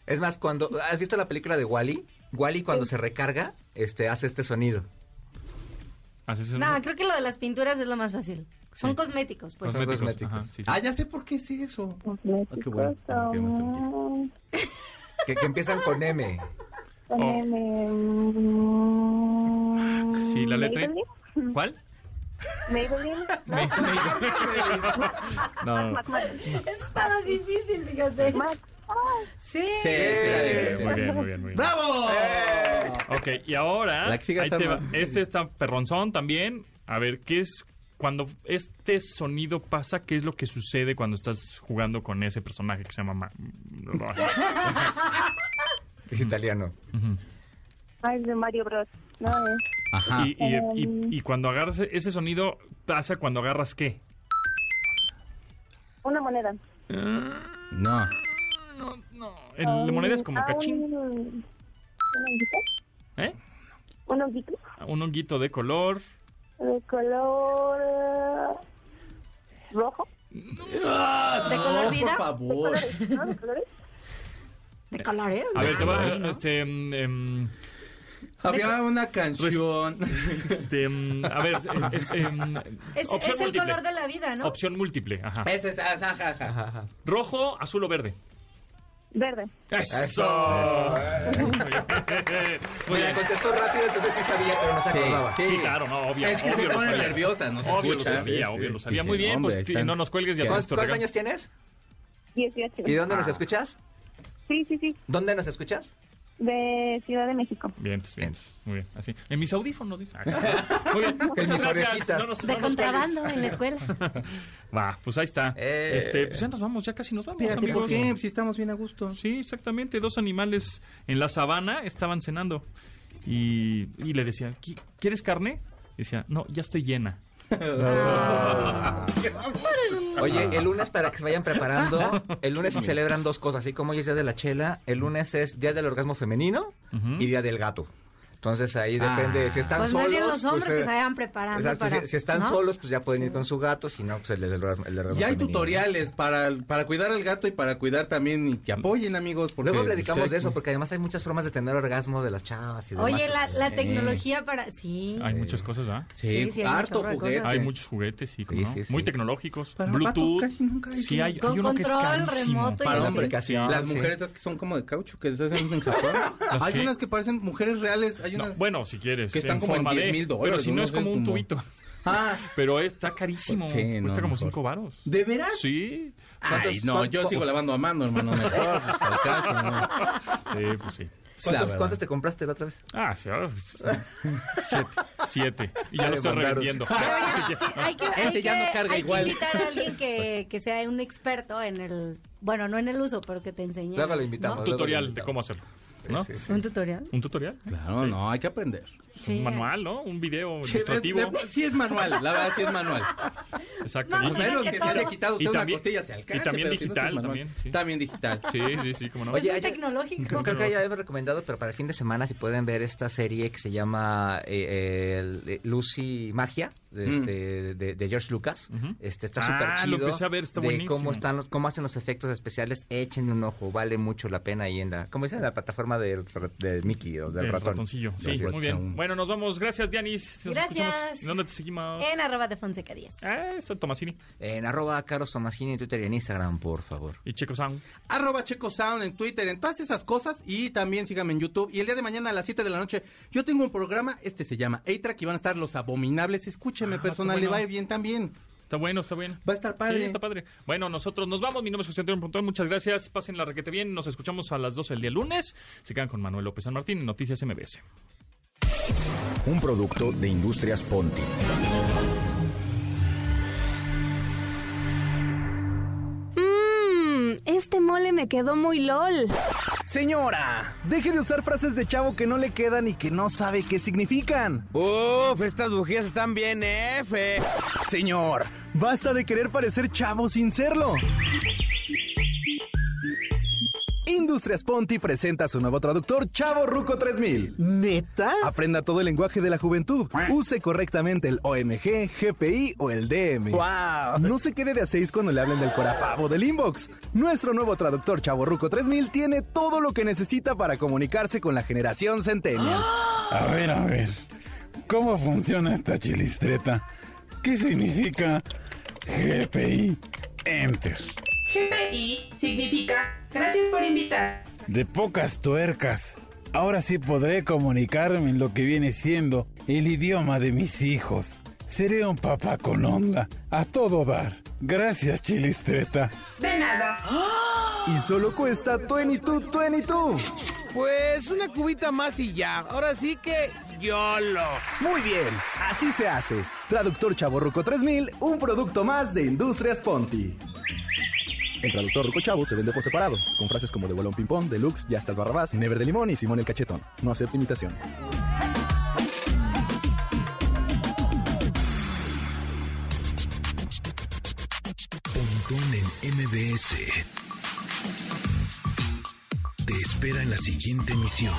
Es más, cuando. ¿Has visto la película de Wally? Wally cuando se recarga, este, hace este sonido.
haces un-
No, creo que lo de las pinturas es lo más fácil. Son
Sí.
cosméticos, pues.
Son
cosméticos.
cosméticos.
Ajá, sí, sí.
Ah, ya sé por qué es eso.
Cosméticos,
Ah, qué bueno. Ah, qué bueno,
Que, que empiezan con M.
Oh.
Poneme...
Sí, la letra.
Maybelline.
¿Cuál?
Maybelline.
Me- me- no, no, no.
Eso está más difícil, fíjate.
Mac. Ay,
Sí.
Sí, sí, sí,
Muy
sí.
bien, muy bien, muy bien.
¡Bravo!
Ok, y ahora.
La que sigue
ahí
está
te va.
más-
Este está perronzón también. A ver, ¿qué es cuando este sonido pasa, ¿qué es lo que sucede cuando estás jugando con ese personaje que se llama... Ma-
Es italiano.
Ah, es de Mario Bros. No, es.
Y, y-
Um,
y- y cuando agarras ese sonido, pasa cuando agarras qué?
Una moneda.
No.
El-
um,
la moneda es como
Ah,
cachín,
un- ¿Un honguito?
¿eh?
¿Un honguito?
Un honguito de color.
De color... eh, ¿Rojo?
¿De
no,
color
por
vida?
favor.
¿De colores? ¿No? ¿De colores?
¿De colores?
A ver, te va
Ay, ¿no?
este, mm, em,
Había una canción.
este, mm, a ver, es, es, em,
Es, es
opción
el
múltiple.
color de la vida, ¿no?
Opción múltiple, ajá.
Ese es, ajá, ajá, ajá.
Rojo, azul o verde.
Verde.
Eso.
Me la contestó rápido, entonces sí sabía, pero no se acordaba.
Sí, claro, no, obvio.
Es que
obvio
se
lo
pone
sabía.
nerviosa, no se
Obvio
escucha.
lo sabía,
Sí,
obvio
sí.
lo sabía.
Sí,
Muy bien,
hombre,
pues
están-
no nos cuelgues ya
¿Cuántos,
tienes tu
cuántos
regalo.
años tienes?
18.
¿Y dónde nos escuchas?
Sí, sí, sí.
¿Dónde nos escuchas?
De Ciudad de México.
Bien, pues, bien. Muy bien, así. En mis audífonos, dice. Ah, Muy bien, muchas
mis
gracias.
orejitas.
nos-
De
nos
contrabando
cuelgues.
en la escuela.
Va, pues ahí está. Este, pues ya nos vamos, ya casi nos vamos,
Eh. Espérate,
amigos.
¿por qué? Si estamos bien a gusto.
Sí, exactamente. Dos animales en la sabana estaban cenando. Y, y le decía, "¿Qui- ¿quieres carne? Y decía, no, ya estoy llena.
Oye, el lunes para que se vayan preparando, el lunes se celebran dos cosas, así como hoy es Día de la Chela, el lunes es Día del Orgasmo Femenino y Día del Gato. Entonces ahí
Ah.
depende, si están
Pues más
solos...
bien los hombres
pues,
que
eh,
se vayan preparando
Exacto,
para...
si, si están
¿no?
solos, pues ya pueden ir con su gato, si no, pues el del orgasmo, el del orgasmo
Ya hay
femenino.
tutoriales para, para cuidar al gato y para cuidar también y que apoyen, amigos. Porque pues,
Luego platicamos
usted-
de eso, porque además hay muchas formas de tener orgasmo de las chavas y de
Oye,
machos.
la, la tecnología para... Sí.
Hay muchas cosas, ¿verdad?
Sí, sí, hay
harto
un chorro de
juguete.
cosas.
Hay muchos juguetes, sí, como
Sí,
no.
sí, sí.
muy tecnológicos.
Para
Bluetooth.
vato casi nunca hay,
sí, hay,
Con
hay uno que es
control
carísimo.
remoto y
Para
la
hombre,
aplicación,
las
sí.
mujeres esas que son como de caucho, que esas hacen en Japón.
¿Las
hay
qué?
unas que parecen mujeres reales. Hay
No,
unas...
bueno, si quieres.
Que están como en
forma
10,000
de-
dólares,
Pero si
¿no?
no es
No sé,
como un
como-
tubito.
Ah,
Pero está carísimo.
Sí, no,
Cuesta como
mejor.
5 varos.
¿De veras?
Sí.
Ay, no, yo sigo lavando a mano, hermano. Mejor, pues, al caso, ¿no?
Sí, pues sí.
La
¿Cuántos,
verdad.
cuántos te compraste la otra vez?
Ah, sí, ahora sí. siete, siete. Y ya lo
Le
estoy
mandaron.
revendiendo.
Debería- sí, hay que, hay
Este ya
que-
no carga
hay que
igual.
invitar a alguien que, que sea un experto en el... Bueno, no en el uso, pero que te enseñe.
Luego lo
¿no?
invitamos. luego lo
Tutorial de
invitamos.
cómo hacerlo. ¿No?
Sí, sí, sí.
¿Un tutorial?
¿Un tutorial?
Claro, no, hay que aprender.
Sí.
Un manual, ¿no? Un video
Sí,
ilustrativo.
de- de- sí es manual, la verdad sí es manual.
Exacto.
No,
A
Y-
no,
menos que se haya quitado usted
Y
una
también-
costilla se alcanza.
y también
pero si no, sí es
digital,
manual.
también, sí.
También digital.
Sí, sí, sí, cómo no.
Es
Oye,
muy
ayer-
tecnológico.
No creo que haya recomendado, pero para el fin de semana si pueden ver esta serie que se llama eh, el- eh, Lucy Magia de,
Mm.
este, de, de George Lucas.
Ujú.
este, está
Ah,
súper
lo
chido.
empecé a ver, está
de
buenísimo.
Cómo, están los- cómo hacen los efectos especiales, échenle un ojo, vale mucho la pena ahí en la, ¿cómo dicen? En la plataforma del, ra- de Mickey o del
Del
ratón.
ratoncillo. Sí,
Gracias.
muy bien. Bueno, nos vamos. Gracias, Dianis. Nos
Gracias. Eh.
escuchamos. ¿Dónde te seguimos?
En arroba de Fonseca 10.
Ah, Eso, Tomasini.
En arroba Caros Tomasini en Twitter y en Instagram, por favor.
Y Checo Sound.
Arroba Checo Sound en Twitter, en todas esas cosas. Y también síganme en YouTube. Y el día de mañana a las 7 de la noche, yo tengo un programa, este se llama A-Track, y van a estar los abominables. Escúcheme,
Ah,
personal,
está bueno.
le va a ir bien también.
Está bueno, está bueno.
Va a estar
Sí,
padre.
está padre. Bueno, nosotros nos vamos. Mi nombre es José Antonio Pontón. Muchas gracias. Pasen la requete bien. Nos escuchamos a las 12 del día lunes. Se quedan con Manuel López San Martín en Noticias MBS.
Un producto de Industrias Ponti.
Mmm, este mole me quedó muy lol.
Señora, deje de usar frases de chavo que no le quedan y que no sabe qué significan.
Uf, estas bujías están bien eh, F.
Señor, basta de querer parecer chavo sin serlo. Industrias Ponti presenta su nuevo traductor Chavo Ruco 3000.
¿Neta?
Aprenda todo el lenguaje de la juventud. Use correctamente el OMG, GPI o el DM.
¡Wow!
No se quede de a seis cuando le hablen del corapavo del inbox. Nuestro nuevo traductor Chaborruco 3000 tiene todo lo que necesita para comunicarse con la generación centennial.
A ver, a ver. ¿Cómo funciona esta chilistreta? ¿Qué significa GPI? Enter.
GPI significa gracias por invitar.
De pocas tuercas. Ahora sí podré comunicarme en lo que viene siendo el idioma de mis hijos. Seré un papá con onda, a todo dar. Gracias, chilistreta.
De nada.
Y solo cuesta 22, 22.
Pues una cubita más y ya. Ahora sí que YOLO.
Muy bien, así se hace. Traductor Chaborruco 3000, un producto más de Industrias Ponti. El traductor Ruco Chavo se vende por separado, con frases como Devuelve un ping-pong, Deluxe, Ya estás Barrabás, Never de Limón y Simón el Cachetón. No acepta imitaciones.
Pontón en MBS. Te espera en la siguiente emisión.